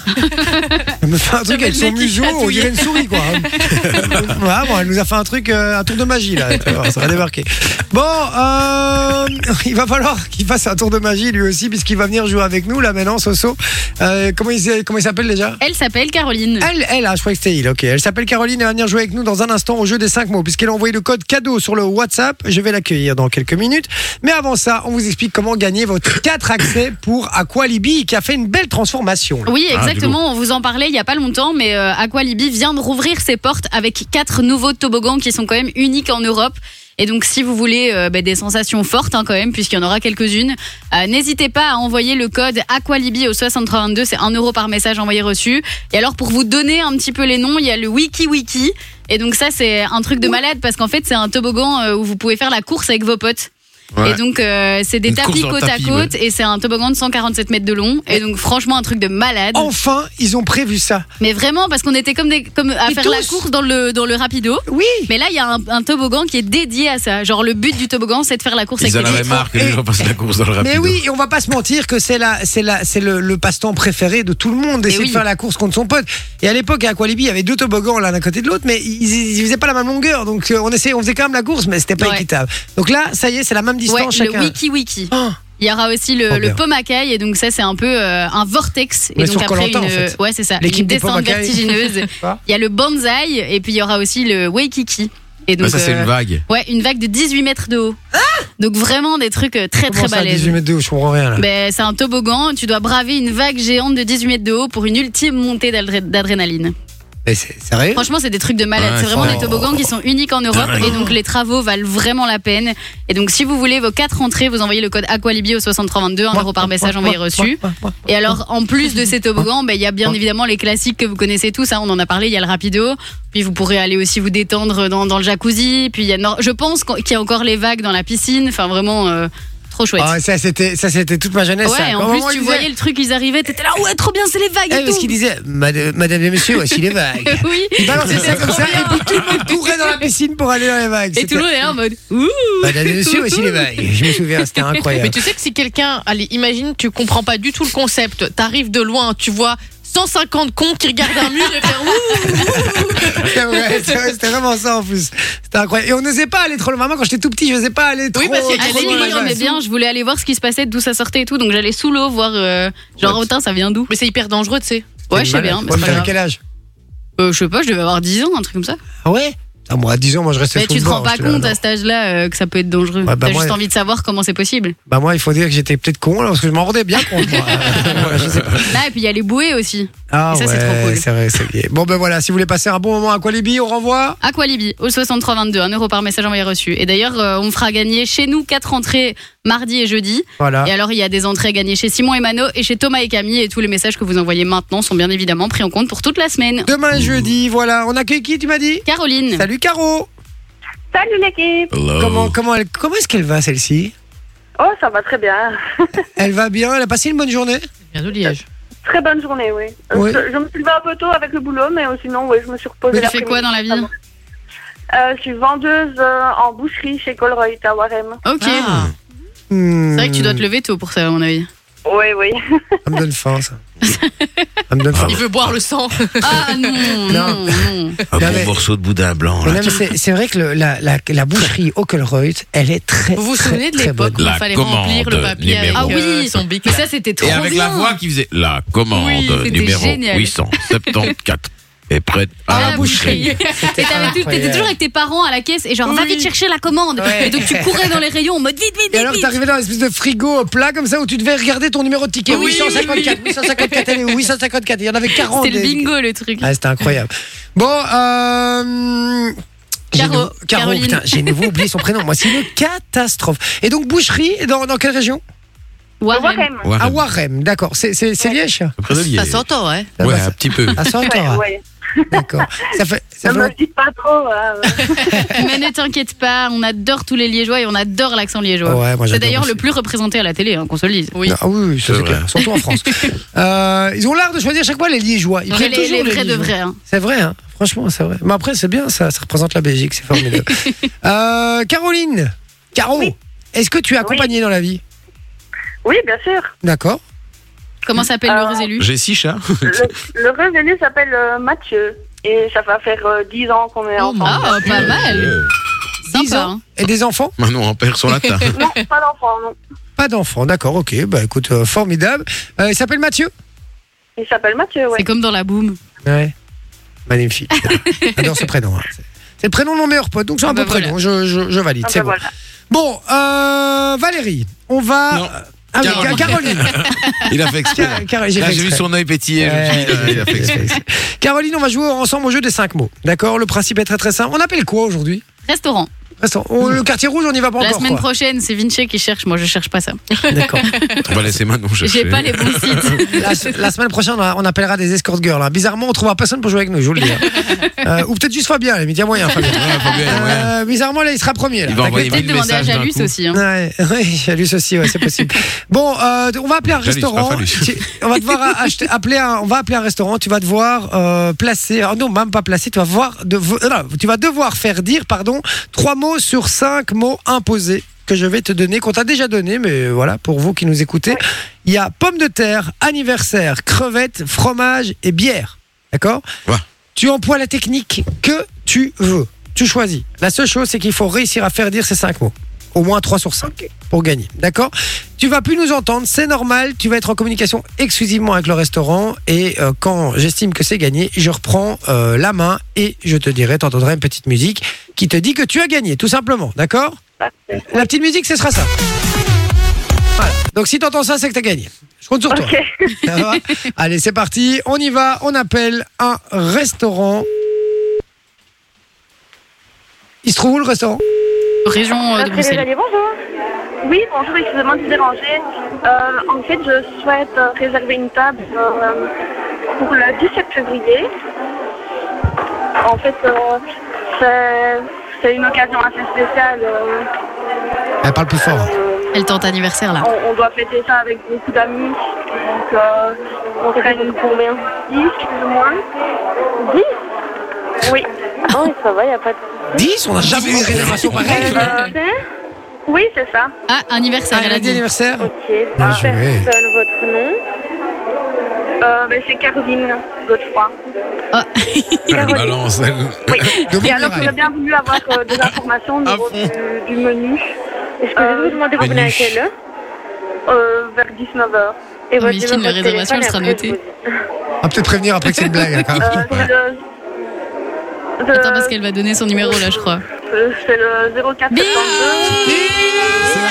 [SPEAKER 2] Elle me fait un truc
[SPEAKER 4] J'avais
[SPEAKER 2] avec
[SPEAKER 4] le
[SPEAKER 2] son
[SPEAKER 4] nez qui
[SPEAKER 2] museau, on
[SPEAKER 4] chatouillait.
[SPEAKER 2] dirait une souris quoi. Ouais, bon, elle nous a fait un truc, euh, un tour de magie là. Tu vas voir, Ça va débarquer. Bon, euh, il va falloir qu'il fasse un tour de magie lui aussi, puisqu'il va venir jouer avec nous là maintenant, Soso. Euh, comment il s'est- comment il s'appelle déjà
[SPEAKER 4] Elle s'appelle Caroline.
[SPEAKER 2] Elle, elle, ah, je croyais que c'était il, ok. Elle s'appelle Caroline et va venir jouer avec nous dans un instant au jeu des 5 mots, puisqu'elle a envoyé le code cadeau sur le WhatsApp. Je vais l'accueillir dans quelques minutes. Mais avant ça, on vous explique comment gagner votre 4 accès pour Aqualibi, qui a fait une belle transformation. là.
[SPEAKER 4] Oui,
[SPEAKER 14] Ah,
[SPEAKER 4] exactement. on vous en parlait il y a pas longtemps, mais euh, Aqualibi vient de rouvrir ses portes avec quatre nouveaux toboggans qui sont quand même uniques en Europe. Et donc, si vous voulez euh, bah, des sensations fortes hein, quand même, puisqu'il y en aura quelques-unes, euh, n'hésitez pas à envoyer le code Aqualibi au 6322. C'est 1 euro par message envoyé reçu. Et alors, pour vous donner un petit peu les noms, il y a le Wiki Wiki. Et donc ça, c'est un truc de malade parce qu'en fait, c'est un toboggan euh, où vous pouvez faire la course avec vos potes.
[SPEAKER 14] Ouais.
[SPEAKER 4] Et donc, euh, c'est des
[SPEAKER 14] Une
[SPEAKER 4] tapis
[SPEAKER 14] course dans le
[SPEAKER 4] côte à
[SPEAKER 14] tapis,
[SPEAKER 4] côte et c'est un toboggan de 147 mètres de long. Et donc, franchement, un truc de malade.
[SPEAKER 14] Oh,
[SPEAKER 2] Enfin, ils ont prévu ça.
[SPEAKER 4] Mais vraiment, parce qu'on était comme, des, comme à
[SPEAKER 14] Mais
[SPEAKER 4] faire
[SPEAKER 14] tous.
[SPEAKER 4] la course dans le, dans le rapido.
[SPEAKER 2] Oui.
[SPEAKER 4] Mais là, il y a un, un toboggan qui est dédié à ça. Genre, le but du toboggan, c'est de faire la course
[SPEAKER 5] Ils en
[SPEAKER 4] avec les
[SPEAKER 5] avaient
[SPEAKER 4] autres.
[SPEAKER 5] marre que les gens passent la course dans
[SPEAKER 4] Ah,
[SPEAKER 5] le
[SPEAKER 2] Mais
[SPEAKER 5] rapido.
[SPEAKER 2] oui, et on va pas se mentir que c'est la, c'est la, c'est le, le passe-temps préféré de tout le monde d'essayer de faire la course contre son pote. Et à l'époque, à Aqualibi, il y avait deux toboggans l'un à côté de l'autre, mais ils, ils faisaient pas la même longueur, donc euh, on essayait, on faisait quand même la course, mais c'était pas équitable. Donc là, ça y est, c'est la même distance
[SPEAKER 4] Ouais,
[SPEAKER 2] chacun.
[SPEAKER 4] le wiki wiki. Il y aura aussi
[SPEAKER 2] Oh,
[SPEAKER 4] le, le
[SPEAKER 2] bien.
[SPEAKER 4] pomme à caille, et donc ça c'est un peu euh, un vortex
[SPEAKER 2] On est
[SPEAKER 4] et donc
[SPEAKER 2] sur Koh-Lanta,
[SPEAKER 4] une
[SPEAKER 2] en fait.
[SPEAKER 4] ouais c'est ça
[SPEAKER 2] L'équipe
[SPEAKER 4] une
[SPEAKER 2] des pommes à
[SPEAKER 4] descente
[SPEAKER 2] caille.
[SPEAKER 4] vertigineuse.
[SPEAKER 2] Ah.
[SPEAKER 4] il y a le bonsaï et puis il y aura aussi le waikiki. Et euh,
[SPEAKER 5] Ah, ça, c'est une vague.
[SPEAKER 4] Ouais une vague de 18 mètres de haut. donc vraiment des trucs euh, très
[SPEAKER 2] Ah Comment
[SPEAKER 4] très
[SPEAKER 2] ça,
[SPEAKER 4] balèzes.
[SPEAKER 2] 18 mètres de haut, je comprends rien là.
[SPEAKER 4] Ben, c'est un toboggan, tu dois braver une vague géante de 18 mètres de haut pour une ultime montée d'adré- d'adrénaline.
[SPEAKER 2] Mais c'est sérieux
[SPEAKER 4] Franchement, c'est des trucs de malade.
[SPEAKER 2] Ouais,
[SPEAKER 4] c'est vraiment
[SPEAKER 2] c'est-
[SPEAKER 4] des toboggans qui sont uniques en Europe
[SPEAKER 2] Dingue.
[SPEAKER 4] et donc les travaux valent vraiment la peine. Et donc, si vous voulez vos quatre entrées, vous envoyez le code Aqualibi au 6322, un euro par message envoyé reçu. Et alors, en plus de ces toboggans, ben, il y a bien évidemment les classiques que vous connaissez tous. hein, on en a parlé. Il y a le rapido. Puis vous pourrez aller aussi vous détendre dans, dans le jacuzzi. Puis il y a, no- je pense qu'on- qu'il y a encore les vagues dans la piscine. Enfin, vraiment. euh, Trop chouette.
[SPEAKER 2] Ah, ça, c'était, ça, c'était toute ma jeunesse. ça.
[SPEAKER 4] Ouais, et
[SPEAKER 2] Au
[SPEAKER 4] en plus,
[SPEAKER 2] moment où
[SPEAKER 4] tu
[SPEAKER 2] il
[SPEAKER 4] voyais le truc, ils arrivaient, t'étais là, ouais, trop bien, c'est les vagues
[SPEAKER 2] Eh,
[SPEAKER 4] et
[SPEAKER 2] parce
[SPEAKER 4] tout.
[SPEAKER 2] qu'il disait, Madame, madame et monsieur, voici les vagues.
[SPEAKER 4] Oui.
[SPEAKER 2] Il balançait ça
[SPEAKER 4] C'était
[SPEAKER 2] comme
[SPEAKER 4] trop
[SPEAKER 2] ça,
[SPEAKER 4] bien.
[SPEAKER 2] et puis tout le monde courait dans la piscine pour aller dans les vagues.
[SPEAKER 6] Et tout le monde est là en mode
[SPEAKER 4] Ouh
[SPEAKER 2] Madame et monsieur, voici les vagues. Je me souviens, c'était incroyable.
[SPEAKER 6] Mais tu sais que si quelqu'un, allez, imagine, tu comprends pas du tout le concept, t'arrives de loin, tu vois 150 cons qui regardent un mur et faire
[SPEAKER 2] C'est vrai, c'est vrai, C'était vraiment ça en plus. C'était incroyable. Et on n'osait pas aller trop loin. Maman, quand j'étais tout petit, je n'osais pas aller trop
[SPEAKER 6] Oui, parce qu'il y a
[SPEAKER 4] Ah,
[SPEAKER 2] trop
[SPEAKER 4] si,
[SPEAKER 2] loin.
[SPEAKER 4] oui, non, mais bien, je voulais aller voir ce qui se passait, d'où ça sortait et tout, donc j'allais sous l'eau voir, euh, genre, oh, tain, ça vient d'où
[SPEAKER 6] Mais c'est hyper dangereux, tu sais.
[SPEAKER 4] Ouais, je sais bien, mais c'est pas
[SPEAKER 2] T'avais
[SPEAKER 4] grave.
[SPEAKER 2] quel âge
[SPEAKER 4] Euh, je sais pas, je devais avoir 10 ans, un truc comme ça.
[SPEAKER 2] Ah ouais ah, Moi, à 10 ans, moi, je restais
[SPEAKER 4] Mais
[SPEAKER 2] sous
[SPEAKER 4] tu
[SPEAKER 2] le
[SPEAKER 4] te rends
[SPEAKER 2] bord,
[SPEAKER 4] pas
[SPEAKER 2] j'étais là,
[SPEAKER 4] compte
[SPEAKER 2] non.
[SPEAKER 4] à cet âge-là euh, que ça peut être dangereux.
[SPEAKER 2] Ouais, bah,
[SPEAKER 4] T'as
[SPEAKER 2] moi-
[SPEAKER 4] juste envie de savoir comment c'est possible.
[SPEAKER 2] Bah, moi, il faut dire que j'étais peut-être con, là, parce que je m'en rendais bien compte, moi. Voilà, je sais pas.
[SPEAKER 4] Là, et puis il y a les bouées aussi.
[SPEAKER 2] Ah,
[SPEAKER 4] Et ça, c'est trop
[SPEAKER 2] ouais,
[SPEAKER 4] cool.
[SPEAKER 2] c'est vrai, c'est gay. Bon, ben voilà, si vous voulez passer un bon moment à Qualibi, on renvoie.
[SPEAKER 4] Aqualibi au 6322, 1 euro par message envoyé reçu. Et d'ailleurs, euh, on fera gagner chez nous quatre entrées mardi et jeudi.
[SPEAKER 2] Voilà.
[SPEAKER 4] Et alors, il y a des entrées gagnées chez Simon et Mano et chez Thomas et Camille. Et tous les messages que vous envoyez maintenant sont bien évidemment pris en compte pour toute la semaine.
[SPEAKER 2] Demain, jeudi, voilà. On accueille qui, tu m'as dit
[SPEAKER 4] Caroline.
[SPEAKER 2] Salut, Caro.
[SPEAKER 15] Salut l'équipe
[SPEAKER 2] Comment, comment, elle- comment est-ce qu'elle va, celle-ci
[SPEAKER 15] Oh, ça va très bien.
[SPEAKER 2] Elle va bien, elle a passé une bonne journée
[SPEAKER 6] Bien de Liège.
[SPEAKER 15] Très bonne journée, oui. Euh,
[SPEAKER 2] Oui.
[SPEAKER 15] Je, je me suis levée un peu tôt avec le boulot, mais euh, sinon, oui, je me suis reposée.
[SPEAKER 4] Mais tu fais quoi dans la vie
[SPEAKER 15] euh, Je suis vendeuse euh, en boucherie chez Colroy, à Warem.
[SPEAKER 4] Ok. C'est vrai que tu dois te lever tôt pour ça, à mon avis.
[SPEAKER 15] Oui, oui.
[SPEAKER 2] Hmm. Ça me donne faim, ça. Ça me donne faim.
[SPEAKER 6] Il veut boire le sang.
[SPEAKER 4] Ah non,
[SPEAKER 2] Non.
[SPEAKER 5] Un
[SPEAKER 2] Non,
[SPEAKER 5] bon
[SPEAKER 2] mais-
[SPEAKER 5] morceau de boudin blanc.
[SPEAKER 2] Mais
[SPEAKER 5] Là.
[SPEAKER 2] non, mais c'est- c'est vrai que le- la, la, la boucherie Ockelreuth, elle est très.
[SPEAKER 6] Vous vous
[SPEAKER 2] très,
[SPEAKER 6] souvenez de
[SPEAKER 2] très
[SPEAKER 6] l'époque où
[SPEAKER 2] bonne.
[SPEAKER 6] il
[SPEAKER 5] La
[SPEAKER 6] fallait
[SPEAKER 5] commande
[SPEAKER 6] remplir le papier avec
[SPEAKER 5] numéro
[SPEAKER 6] euh,
[SPEAKER 4] Ah oui.
[SPEAKER 6] son bic
[SPEAKER 4] Mais ça, c'était trop
[SPEAKER 5] Et avec
[SPEAKER 4] bien.
[SPEAKER 5] la voix qui faisait la commande
[SPEAKER 4] Oui, c'était
[SPEAKER 5] numéro
[SPEAKER 4] génial.
[SPEAKER 5] 874. est prête à, la boucherie.
[SPEAKER 4] Ah Et t'avais tout- t'étais toujours avec tes parents à la caisse et genre, va
[SPEAKER 2] Oui.
[SPEAKER 4] vite chercher la commande.
[SPEAKER 2] Ouais.
[SPEAKER 4] Et donc tu courais dans les rayons en mode vite, vite, vite.
[SPEAKER 2] Et alors,
[SPEAKER 4] vite.
[SPEAKER 2] t'arrivais dans une espèce de frigo plat comme ça où tu devais regarder ton numéro de ticket.
[SPEAKER 4] Oui,
[SPEAKER 2] 854,
[SPEAKER 4] oui.
[SPEAKER 2] 854, allez, 854. Il y en avait 40.
[SPEAKER 4] C'était le
[SPEAKER 2] des-
[SPEAKER 4] bingo le truc.
[SPEAKER 2] Ah, c'était incroyable. Bon, euh. j'ai
[SPEAKER 4] Caro,
[SPEAKER 2] nouveau- Caro,
[SPEAKER 4] Caroline.
[SPEAKER 2] putain, j'ai nouveau oublié son prénom. Moi, c'est une catastrophe. Et donc, boucherie, dans, dans quelle région
[SPEAKER 4] Warren.
[SPEAKER 5] Warem.
[SPEAKER 2] À Warem, d'accord. C'est c'est- c'est Liège
[SPEAKER 5] Près de Liège.
[SPEAKER 6] s'entend, ouais.
[SPEAKER 5] Ouais, un petit peu.
[SPEAKER 2] À saint
[SPEAKER 8] ouais.
[SPEAKER 2] D'accord. Ça fait. Ça
[SPEAKER 8] Ne
[SPEAKER 2] fait
[SPEAKER 8] me dites pas trop. hein.
[SPEAKER 4] Mais ne t'inquiète pas, on adore tous les Liégeois et on adore l'accent liégeois.
[SPEAKER 2] Ouais, moi, j'adore
[SPEAKER 4] c'est d'ailleurs
[SPEAKER 2] aussi.
[SPEAKER 4] le plus représenté à la télé, hein, qu'on se le dise.
[SPEAKER 6] Oui.
[SPEAKER 2] Ah oui, oui, ça,
[SPEAKER 5] C'est
[SPEAKER 2] c'est
[SPEAKER 5] vrai.
[SPEAKER 2] clair. Surtout en France. Euh, ils ont l'art de choisir à chaque fois les Liégeois. Ils
[SPEAKER 4] Ouais,
[SPEAKER 2] prennent
[SPEAKER 4] les-
[SPEAKER 2] toujours
[SPEAKER 4] les vrais de
[SPEAKER 2] Liégeois.
[SPEAKER 4] vrais, hein.
[SPEAKER 2] C'est vrai, hein. franchement, c'est vrai. Mais après, c'est bien, ça, ça représente la Belgique, c'est formidable. Euh, Caroline, Caro, est-ce que tu es accompagnée dans la vie
[SPEAKER 8] Oui, bien sûr.
[SPEAKER 2] D'accord.
[SPEAKER 4] Comment s'appelle l'heureux élu
[SPEAKER 5] J'ai six chats.
[SPEAKER 8] Le, le revenu s'appelle euh, Mathieu. Et ça va faire euh, 10 ans qu'on est ensemble.
[SPEAKER 4] Ah, pas mal.
[SPEAKER 5] Euh,
[SPEAKER 2] Dix
[SPEAKER 4] Sympa.
[SPEAKER 2] ans.
[SPEAKER 4] hein.
[SPEAKER 2] Et des enfants
[SPEAKER 5] Maintenant, on perd sur la table.
[SPEAKER 8] Non, pas d'enfant, non.
[SPEAKER 2] Pas d'enfants, d'accord, ok. Bah écoute, euh, formidable. Euh, il s'appelle Mathieu
[SPEAKER 8] Il s'appelle Mathieu, ouais.
[SPEAKER 4] C'est comme dans la boum.
[SPEAKER 2] Ouais. Magnifique. J'adore ce prénom. hein. C'est- C'est le prénom de mon meilleur pote, donc c'est un
[SPEAKER 4] Ah bah
[SPEAKER 2] peu prénom. Je, je- je valide,
[SPEAKER 8] Ah,
[SPEAKER 2] c'est
[SPEAKER 8] ben
[SPEAKER 2] bon.
[SPEAKER 8] voilà.
[SPEAKER 2] Bon, euh, Valérie, on va.
[SPEAKER 5] Non.
[SPEAKER 2] Ah oui,
[SPEAKER 5] Caroline.
[SPEAKER 2] Ca- Caroline.
[SPEAKER 5] Il a fait exprès.
[SPEAKER 2] Car- car- j'ai
[SPEAKER 5] Là,
[SPEAKER 2] fait
[SPEAKER 5] j'ai vu
[SPEAKER 2] exprès.
[SPEAKER 5] son œil pétiller. je me suis dit,
[SPEAKER 2] Ouais.
[SPEAKER 5] ah, Il a fait exprès.
[SPEAKER 2] Caroline, on va jouer ensemble au jeu des 5 mots. D'accord Le principe est très très simple. On appelle quoi aujourd'hui
[SPEAKER 4] Restaurant.
[SPEAKER 2] Restons- on- Le quartier rouge, on n'y va pas
[SPEAKER 4] la
[SPEAKER 2] encore.
[SPEAKER 4] semaine
[SPEAKER 2] quoi.
[SPEAKER 4] prochaine, c'est Vinci qui cherche. Moi, je cherche pas ça.
[SPEAKER 2] D'accord.
[SPEAKER 5] On va laisser Manon chercher.
[SPEAKER 4] J'ai pas les bons sites.
[SPEAKER 2] La, la semaine prochaine, on a- on appellera des escort girls. hein. Bizarrement, on trouvera personne pour jouer avec nous, je vous le dis. hein. Euh, ou peut-être juste Fabien, il y a moyen, Fabien.
[SPEAKER 5] Ouais, faut bien, ouais.
[SPEAKER 2] Euh, bizarrement, là, il sera premier. là.
[SPEAKER 5] Il va envoyer
[SPEAKER 4] Peut-être
[SPEAKER 5] mille
[SPEAKER 4] demander à
[SPEAKER 5] messages d'un
[SPEAKER 4] Jalus
[SPEAKER 5] coup.
[SPEAKER 4] aussi. hein.
[SPEAKER 2] Ouais, oui, j'ai lu ceci, ouais, c'est possible. Bon, euh, on va appeler un
[SPEAKER 5] J'ai lu, c'est pas
[SPEAKER 2] restaurant.
[SPEAKER 5] fallu.
[SPEAKER 2] Tu- on va devoir a- acheter, appeler un, on va appeler un restaurant. Tu vas devoir euh, placer, ah non, même pas placer. Tu vas voir, de, euh, non, tu vas devoir faire dire, pardon, trois mots sur cinq mots imposés que je vais te donner, qu'on t'a déjà donné, mais euh, voilà, pour vous qui nous écoutez, il y a pomme de terre, anniversaire, crevettes, fromage et bière. D'accord
[SPEAKER 5] Ouais.
[SPEAKER 2] Tu emploies la technique que tu veux. Tu choisis. La seule chose, c'est qu'il faut réussir à faire dire ces cinq mots au moins 3 sur 5 pour gagner. D'accord Tu vas plus nous entendre, c'est normal, tu vas être en communication exclusivement avec le restaurant et euh, quand j'estime que c'est gagné, je reprends euh, la main et je te dirai, t'entendras une petite musique qui te dit que tu as gagné, tout simplement. D'accord
[SPEAKER 8] Parfait.
[SPEAKER 2] La petite musique, ce sera ça. Voilà. Donc si t'entends ça, c'est que t'as gagné. Je compte sur toi.
[SPEAKER 8] Ok.
[SPEAKER 2] Ça va Allez, c'est parti, on y va, on appelle un restaurant. Il se trouve où le restaurant
[SPEAKER 4] Région euh, de
[SPEAKER 8] Patrick
[SPEAKER 4] Bruxelles.
[SPEAKER 8] Lévalier, bonjour. hein. Oui, bonjour, excusez-moi de vous déranger. Euh, en fait, je souhaite euh, réserver une table euh, pour le 17 février. En fait, euh, c'est- c'est une occasion assez spéciale. euh,
[SPEAKER 2] Elle parle plus fort.
[SPEAKER 8] euh,
[SPEAKER 4] Elle tente anniversaire là.
[SPEAKER 8] on, on doit fêter ça avec beaucoup d'amis. Donc, euh, on serait une combien 10 plus ou moins 10 Oui. Oh, ça va, il n'y a pas de
[SPEAKER 2] 10 On n'a jamais eu une réservation pareille
[SPEAKER 8] Euh, Oui, c'est ça.
[SPEAKER 4] Ah, anniversaire,
[SPEAKER 2] Ah,
[SPEAKER 4] elle a dit.
[SPEAKER 2] anniversaire
[SPEAKER 8] Ok,
[SPEAKER 2] Bien joué.
[SPEAKER 8] personne, votre nom euh, ben, C'est Caroline Godefroy.
[SPEAKER 4] Ah.
[SPEAKER 5] Elle balance. elle.
[SPEAKER 8] Oui.
[SPEAKER 2] De
[SPEAKER 8] Et alors, j'aurais
[SPEAKER 2] Montmirail.
[SPEAKER 8] bien voulu avoir euh, des informations au
[SPEAKER 5] À
[SPEAKER 8] niveau
[SPEAKER 5] fond.
[SPEAKER 8] du, du menu. Est-ce que je vous demander
[SPEAKER 5] vous venez à quelle
[SPEAKER 8] heure euh, Vers 19h. Et
[SPEAKER 4] Oh, votre Michine, numéro la de réservation, téléphone, elle sera après, notée. je vous
[SPEAKER 2] Ah, peut-être prévenir après que c'est une blague. hein,
[SPEAKER 5] Ah,
[SPEAKER 2] quand même.
[SPEAKER 8] euh, c'est le... de-
[SPEAKER 4] Attends, parce qu'elle va donner son numéro là, je crois.
[SPEAKER 8] euh, C'est le 0472.
[SPEAKER 5] C'est la-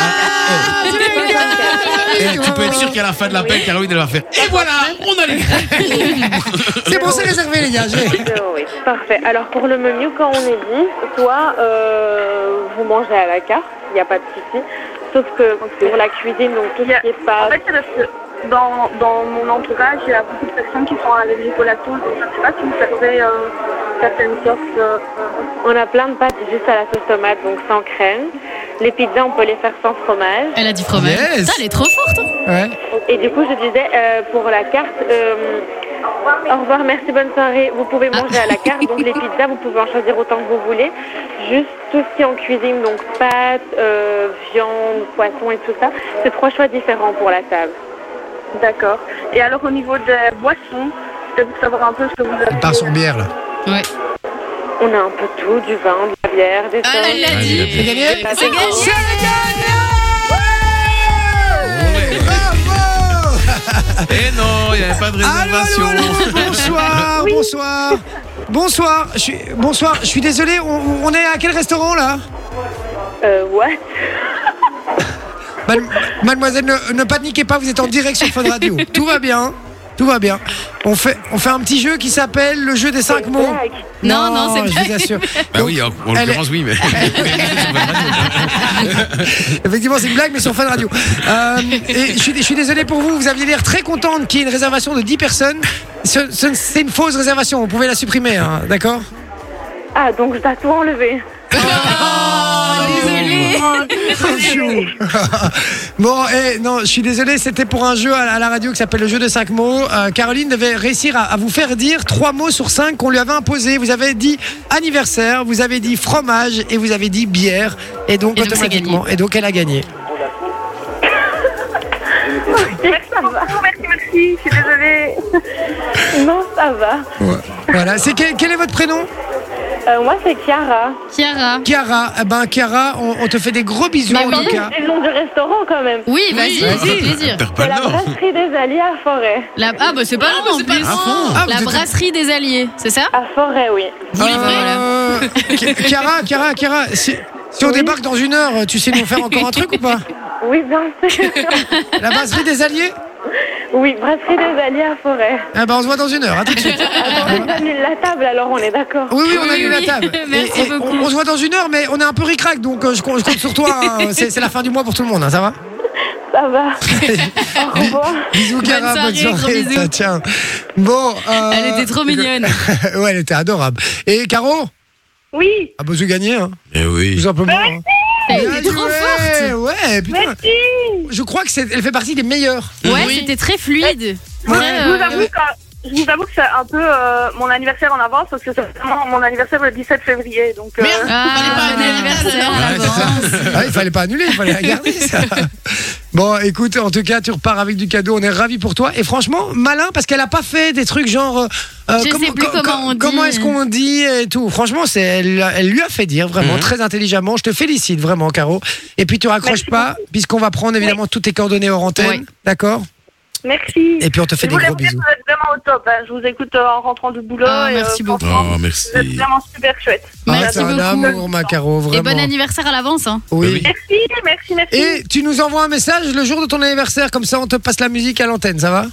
[SPEAKER 5] Ah, eh. Eh, Tu peux être sûr qu'à la fin de l'appel, Caroline, elle va faire. Et voilà, on a les.
[SPEAKER 2] C'est bon, c'est réservé, les gars. j'ai-
[SPEAKER 8] Oui, parfait. Alors pour le menu, quand on est dit, soit euh, vous mangez à la carte, il n'y a pas de souci. Sauf que pour la cuisine, donc tout ce qui est pas. En fait, c'est parce que dans, dans mon entourage, il y a beaucoup de personnes qui sont allergiques au lactose. Donc je ne sais pas si vous servez euh, certaines sortes. euh, On a plein de pâtes juste à la sauce tomate, donc sans crème. Les pizzas, on peut les faire sans fromage.
[SPEAKER 4] Elle a dit fromage.
[SPEAKER 2] Yes.
[SPEAKER 4] Putain, elle est trop forte. hein.
[SPEAKER 2] Ouais.
[SPEAKER 8] Et du coup, je disais euh, pour la carte, euh, au revoir, merci, bonne soirée. Vous pouvez manger à la carte, donc les pizzas, vous pouvez en choisir autant que vous voulez. Juste tout ce qui est en cuisine, donc pâtes, euh, viande, poisson et tout ça, c'est trois choix différents pour la table. D'accord. Et alors au niveau des boissons, c'est pour savoir un peu ce que vous
[SPEAKER 2] Elle part sur bière, là.
[SPEAKER 4] Ouais.
[SPEAKER 8] On a un peu tout, du vin, de la bière, des
[SPEAKER 4] Ah, elle l'a dit.
[SPEAKER 5] C'est
[SPEAKER 2] gagné
[SPEAKER 4] C'est gagné.
[SPEAKER 2] Bravo
[SPEAKER 5] Eh non, il n'y avait pas de réservation.
[SPEAKER 2] Bonsoir, bonsoir. Bonsoir, je suis, bonsoir, je suis désolé, on, on est à quel restaurant là
[SPEAKER 15] Euh, ouais.
[SPEAKER 2] Mal- mademoiselle, ne, ne paniquez pas, vous êtes en direct sur Fun Radio. Tout va bien, tout va bien. On fait, on fait un petit jeu qui s'appelle le jeu des 5 mots. Oh,
[SPEAKER 4] Non, non, c'est
[SPEAKER 2] je
[SPEAKER 4] blague.
[SPEAKER 2] vous assure.
[SPEAKER 5] Bah oui, en, en
[SPEAKER 2] elle est-
[SPEAKER 5] l'occurrence, oui, mais.
[SPEAKER 2] Effectivement, c'est une blague, mais sur Fun Radio. Euh, et je suis, je suis désolé pour vous, vous aviez l'air très contente qu'il y ait une réservation de 10 personnes. Ce- ce- c'est une fausse réservation, vous pouvez la supprimer, hein, d'accord
[SPEAKER 15] Ah, donc je dois tout enlever.
[SPEAKER 8] Ah,
[SPEAKER 2] bon, eh, non, je suis désolé, c'était pour un jeu à la, à la radio qui s'appelle le jeu de 5 mots. Euh, Caroline devait réussir à, à vous faire dire 3 mots sur 5 qu'on lui avait imposés. Vous avez dit anniversaire, vous avez dit fromage et vous avez dit bière. Et donc,
[SPEAKER 4] Et donc, c'est
[SPEAKER 2] automatiquement, et donc elle a gagné.
[SPEAKER 15] Merci, merci, merci. Je suis désolée. non, ça va.
[SPEAKER 2] Voilà, c'est quel, quel est votre prénom
[SPEAKER 15] Euh, moi, c'est Chiara.
[SPEAKER 4] Chiara.
[SPEAKER 2] Chiara. Eh ben, Chiara, on, on te fait des gros bisous
[SPEAKER 4] Bah,
[SPEAKER 15] Mais
[SPEAKER 2] en tout cas.
[SPEAKER 15] C'est le nom du restaurant quand même.
[SPEAKER 4] Oui, vas-y,
[SPEAKER 2] vas-y.
[SPEAKER 4] avec plaisir.
[SPEAKER 5] hein.
[SPEAKER 15] C'est la brasserie des Alliés à Forêt.
[SPEAKER 4] La- Ah, bah c'est pas loin en plus.
[SPEAKER 2] Ah, vous
[SPEAKER 4] La
[SPEAKER 2] êtes-
[SPEAKER 4] brasserie des Alliés, c'est ça
[SPEAKER 8] Euh,
[SPEAKER 15] À Forêt, oui.
[SPEAKER 4] Vous livrez, là
[SPEAKER 2] Euh, Chiara, Chiara, Chiara, si, si on débarque dans une heure, tu sais nous faire encore un truc ou pas
[SPEAKER 15] Oui, bien sûr.
[SPEAKER 2] La brasserie des Alliés
[SPEAKER 15] oui, brasserie des Alliés à Forêt.
[SPEAKER 2] Eh ben, on se voit dans une heure, à tout de suite.
[SPEAKER 15] Attends, on annule la table alors, on est d'accord.
[SPEAKER 2] Oui, oui, on
[SPEAKER 4] Oui,
[SPEAKER 2] a eu
[SPEAKER 4] oui.
[SPEAKER 2] la table.
[SPEAKER 4] Merci
[SPEAKER 2] on-
[SPEAKER 4] beaucoup.
[SPEAKER 2] On, se voit dans une heure, mais on est un peu ricrac, donc euh, je, compte je compte sur toi. hein. C'est c'est la fin du mois pour tout le monde, hein, ça va
[SPEAKER 15] Ça va. Au revoir.
[SPEAKER 2] Bisous,
[SPEAKER 4] Bonne
[SPEAKER 2] Cara, bonne
[SPEAKER 4] soirée, gros
[SPEAKER 2] soirée. Tiens,
[SPEAKER 4] bisous.
[SPEAKER 2] tiens. Bon. euh,
[SPEAKER 4] Elle était trop mignonne.
[SPEAKER 2] ouais, elle était adorable. Et Caro
[SPEAKER 15] Oui,
[SPEAKER 2] Ah, bah, j'ai gagné, hein,
[SPEAKER 5] Eh
[SPEAKER 2] tout
[SPEAKER 5] oui.
[SPEAKER 2] simplement. hein.
[SPEAKER 4] Elle
[SPEAKER 2] Bien
[SPEAKER 4] était trop
[SPEAKER 2] joué.
[SPEAKER 4] forte.
[SPEAKER 2] Ouais, putain.
[SPEAKER 15] merci.
[SPEAKER 2] Je crois que c'est- elle fait partie des meilleures.
[SPEAKER 4] Ouais,
[SPEAKER 5] Oui.
[SPEAKER 4] c'était très fluide.
[SPEAKER 2] Ouais.
[SPEAKER 4] Très,
[SPEAKER 15] Je vous
[SPEAKER 4] euh,
[SPEAKER 15] avoue que, je vous avoue que c'est un peu euh, mon anniversaire en avance parce que c'est vraiment mon anniversaire le 17 février. Donc, euh,
[SPEAKER 4] Ah, bon anniversaire.
[SPEAKER 5] Ouais, c'est ça.
[SPEAKER 2] Ah, il fallait pas annuler, il fallait la garder ça. Bon, écoute, en tout cas, tu repars avec du cadeau, on est ravis pour toi. Et franchement, malin parce qu'elle a pas fait des trucs genre. euh, euh,
[SPEAKER 4] Je sais plus comment on dit.
[SPEAKER 2] est-ce qu'on dit et tout. Franchement, c'est elle, elle lui a fait dire vraiment
[SPEAKER 5] Mhm.
[SPEAKER 2] très intelligemment. Je te félicite vraiment, Caro. Et puis tu raccroches pas, puisqu'on va prendre évidemment toutes tes coordonnées hors antenne,
[SPEAKER 4] Oui.
[SPEAKER 2] d'accord
[SPEAKER 15] merci.
[SPEAKER 2] Et puis on te fait
[SPEAKER 15] je
[SPEAKER 2] des
[SPEAKER 15] voulais
[SPEAKER 2] gros
[SPEAKER 15] vous dire
[SPEAKER 2] bisous.
[SPEAKER 15] que Vous êtes vraiment au top. hein. Je vous écoute euh, en rentrant du boulot.
[SPEAKER 4] Ah,
[SPEAKER 15] et,
[SPEAKER 4] merci beaucoup.
[SPEAKER 15] franchement,
[SPEAKER 5] Oh, merci.
[SPEAKER 15] Vous êtes vraiment super chouette.
[SPEAKER 2] ah,
[SPEAKER 4] Merci
[SPEAKER 2] c'est un
[SPEAKER 4] beaucoup.
[SPEAKER 2] amour, ma Caro,
[SPEAKER 4] Et
[SPEAKER 2] vraiment.
[SPEAKER 4] bon anniversaire à l'avance. Hein.
[SPEAKER 2] oui.
[SPEAKER 15] Merci, merci, merci.
[SPEAKER 2] Et tu nous envoies un message le jour de ton anniversaire, comme ça on te passe la musique à l'antenne, ça va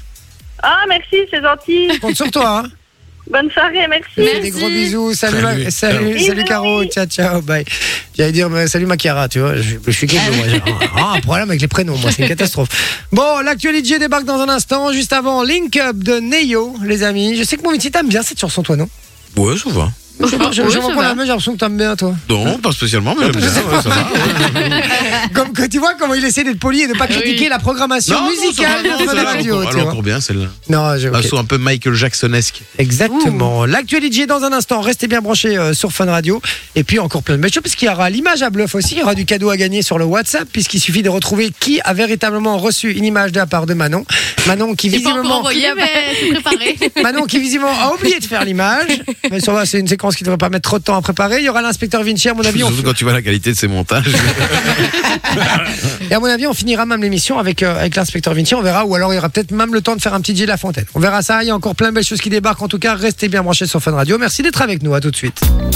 [SPEAKER 15] Ah, merci, c'est gentil.
[SPEAKER 2] Je compte sur toi. Hein
[SPEAKER 15] Bonne soirée, merci.
[SPEAKER 2] Des gros bisous. Salut,
[SPEAKER 5] Salut.
[SPEAKER 2] ma- salut,
[SPEAKER 15] Ciao.
[SPEAKER 2] salut Caro. Ciao, ciao. Bye. J'allais dire mais salut Makiara, tu vois. Je, je suis quelque moi. J'ai un- un problème avec les prénoms, moi. C'est une catastrophe. Bon, l'actualité débarque dans un instant. Juste avant, Link Up de Neo, les amis. Je sais que mon métier t'aimes bien cette chanson, toi, non
[SPEAKER 5] Ouais, ça va.
[SPEAKER 2] Je sais pas, j'ai
[SPEAKER 4] Ouais,
[SPEAKER 2] j'ai
[SPEAKER 4] ça
[SPEAKER 2] vraiment
[SPEAKER 4] va.
[SPEAKER 2] la main, j'ai l'impression que t'aimes bien, toi.
[SPEAKER 5] Non, pas spécialement, mais j'aime bien. ouais, ça va.
[SPEAKER 2] Comme que tu vois comment il essaie d'être poli et de pas critiquer la programmation
[SPEAKER 5] Non, non,
[SPEAKER 2] musicale
[SPEAKER 5] ça va, non,
[SPEAKER 2] de
[SPEAKER 5] ça
[SPEAKER 2] la
[SPEAKER 5] va,
[SPEAKER 2] radio,
[SPEAKER 5] encore-
[SPEAKER 2] tu
[SPEAKER 5] elle est
[SPEAKER 2] vois.
[SPEAKER 5] encore bien, celle-là.
[SPEAKER 2] Non, j'ai
[SPEAKER 5] Un
[SPEAKER 2] ok.
[SPEAKER 5] son un peu Michael Jacksonesque.
[SPEAKER 2] Exactement. L'actualité dans un instant. Restez bien branchés euh, sur Fun Radio. Et puis encore plein de belles choses, puisqu'il y aura l'image à bluff aussi. Il y aura du cadeau à gagner sur le WhatsApp, puisqu'il suffit de retrouver qui a véritablement reçu une image de la part de Manon. Manon qui
[SPEAKER 6] C'est pas encore
[SPEAKER 2] visiblement.
[SPEAKER 6] envoyé, mais c'est préparé.
[SPEAKER 2] Manon qui visiblement a oublié de faire l'image. Mais ça va, c'est une séquence qui ne devrait pas mettre trop de temps à préparer. Il y aura l'inspecteur Vinci, à mon avis. On...
[SPEAKER 5] Surtout quand tu vois la qualité de ses montages.
[SPEAKER 2] Et à mon avis, on finira même l'émission avec, euh, avec l'inspecteur Vinci. On verra. Ou alors, il y aura peut-être même le temps de faire un petit G La Fontaine. On verra ça. Il y a encore plein de belles choses qui débarquent. En tout cas, restez bien branchés sur Fun Radio. Merci d'être avec nous. À tout de suite.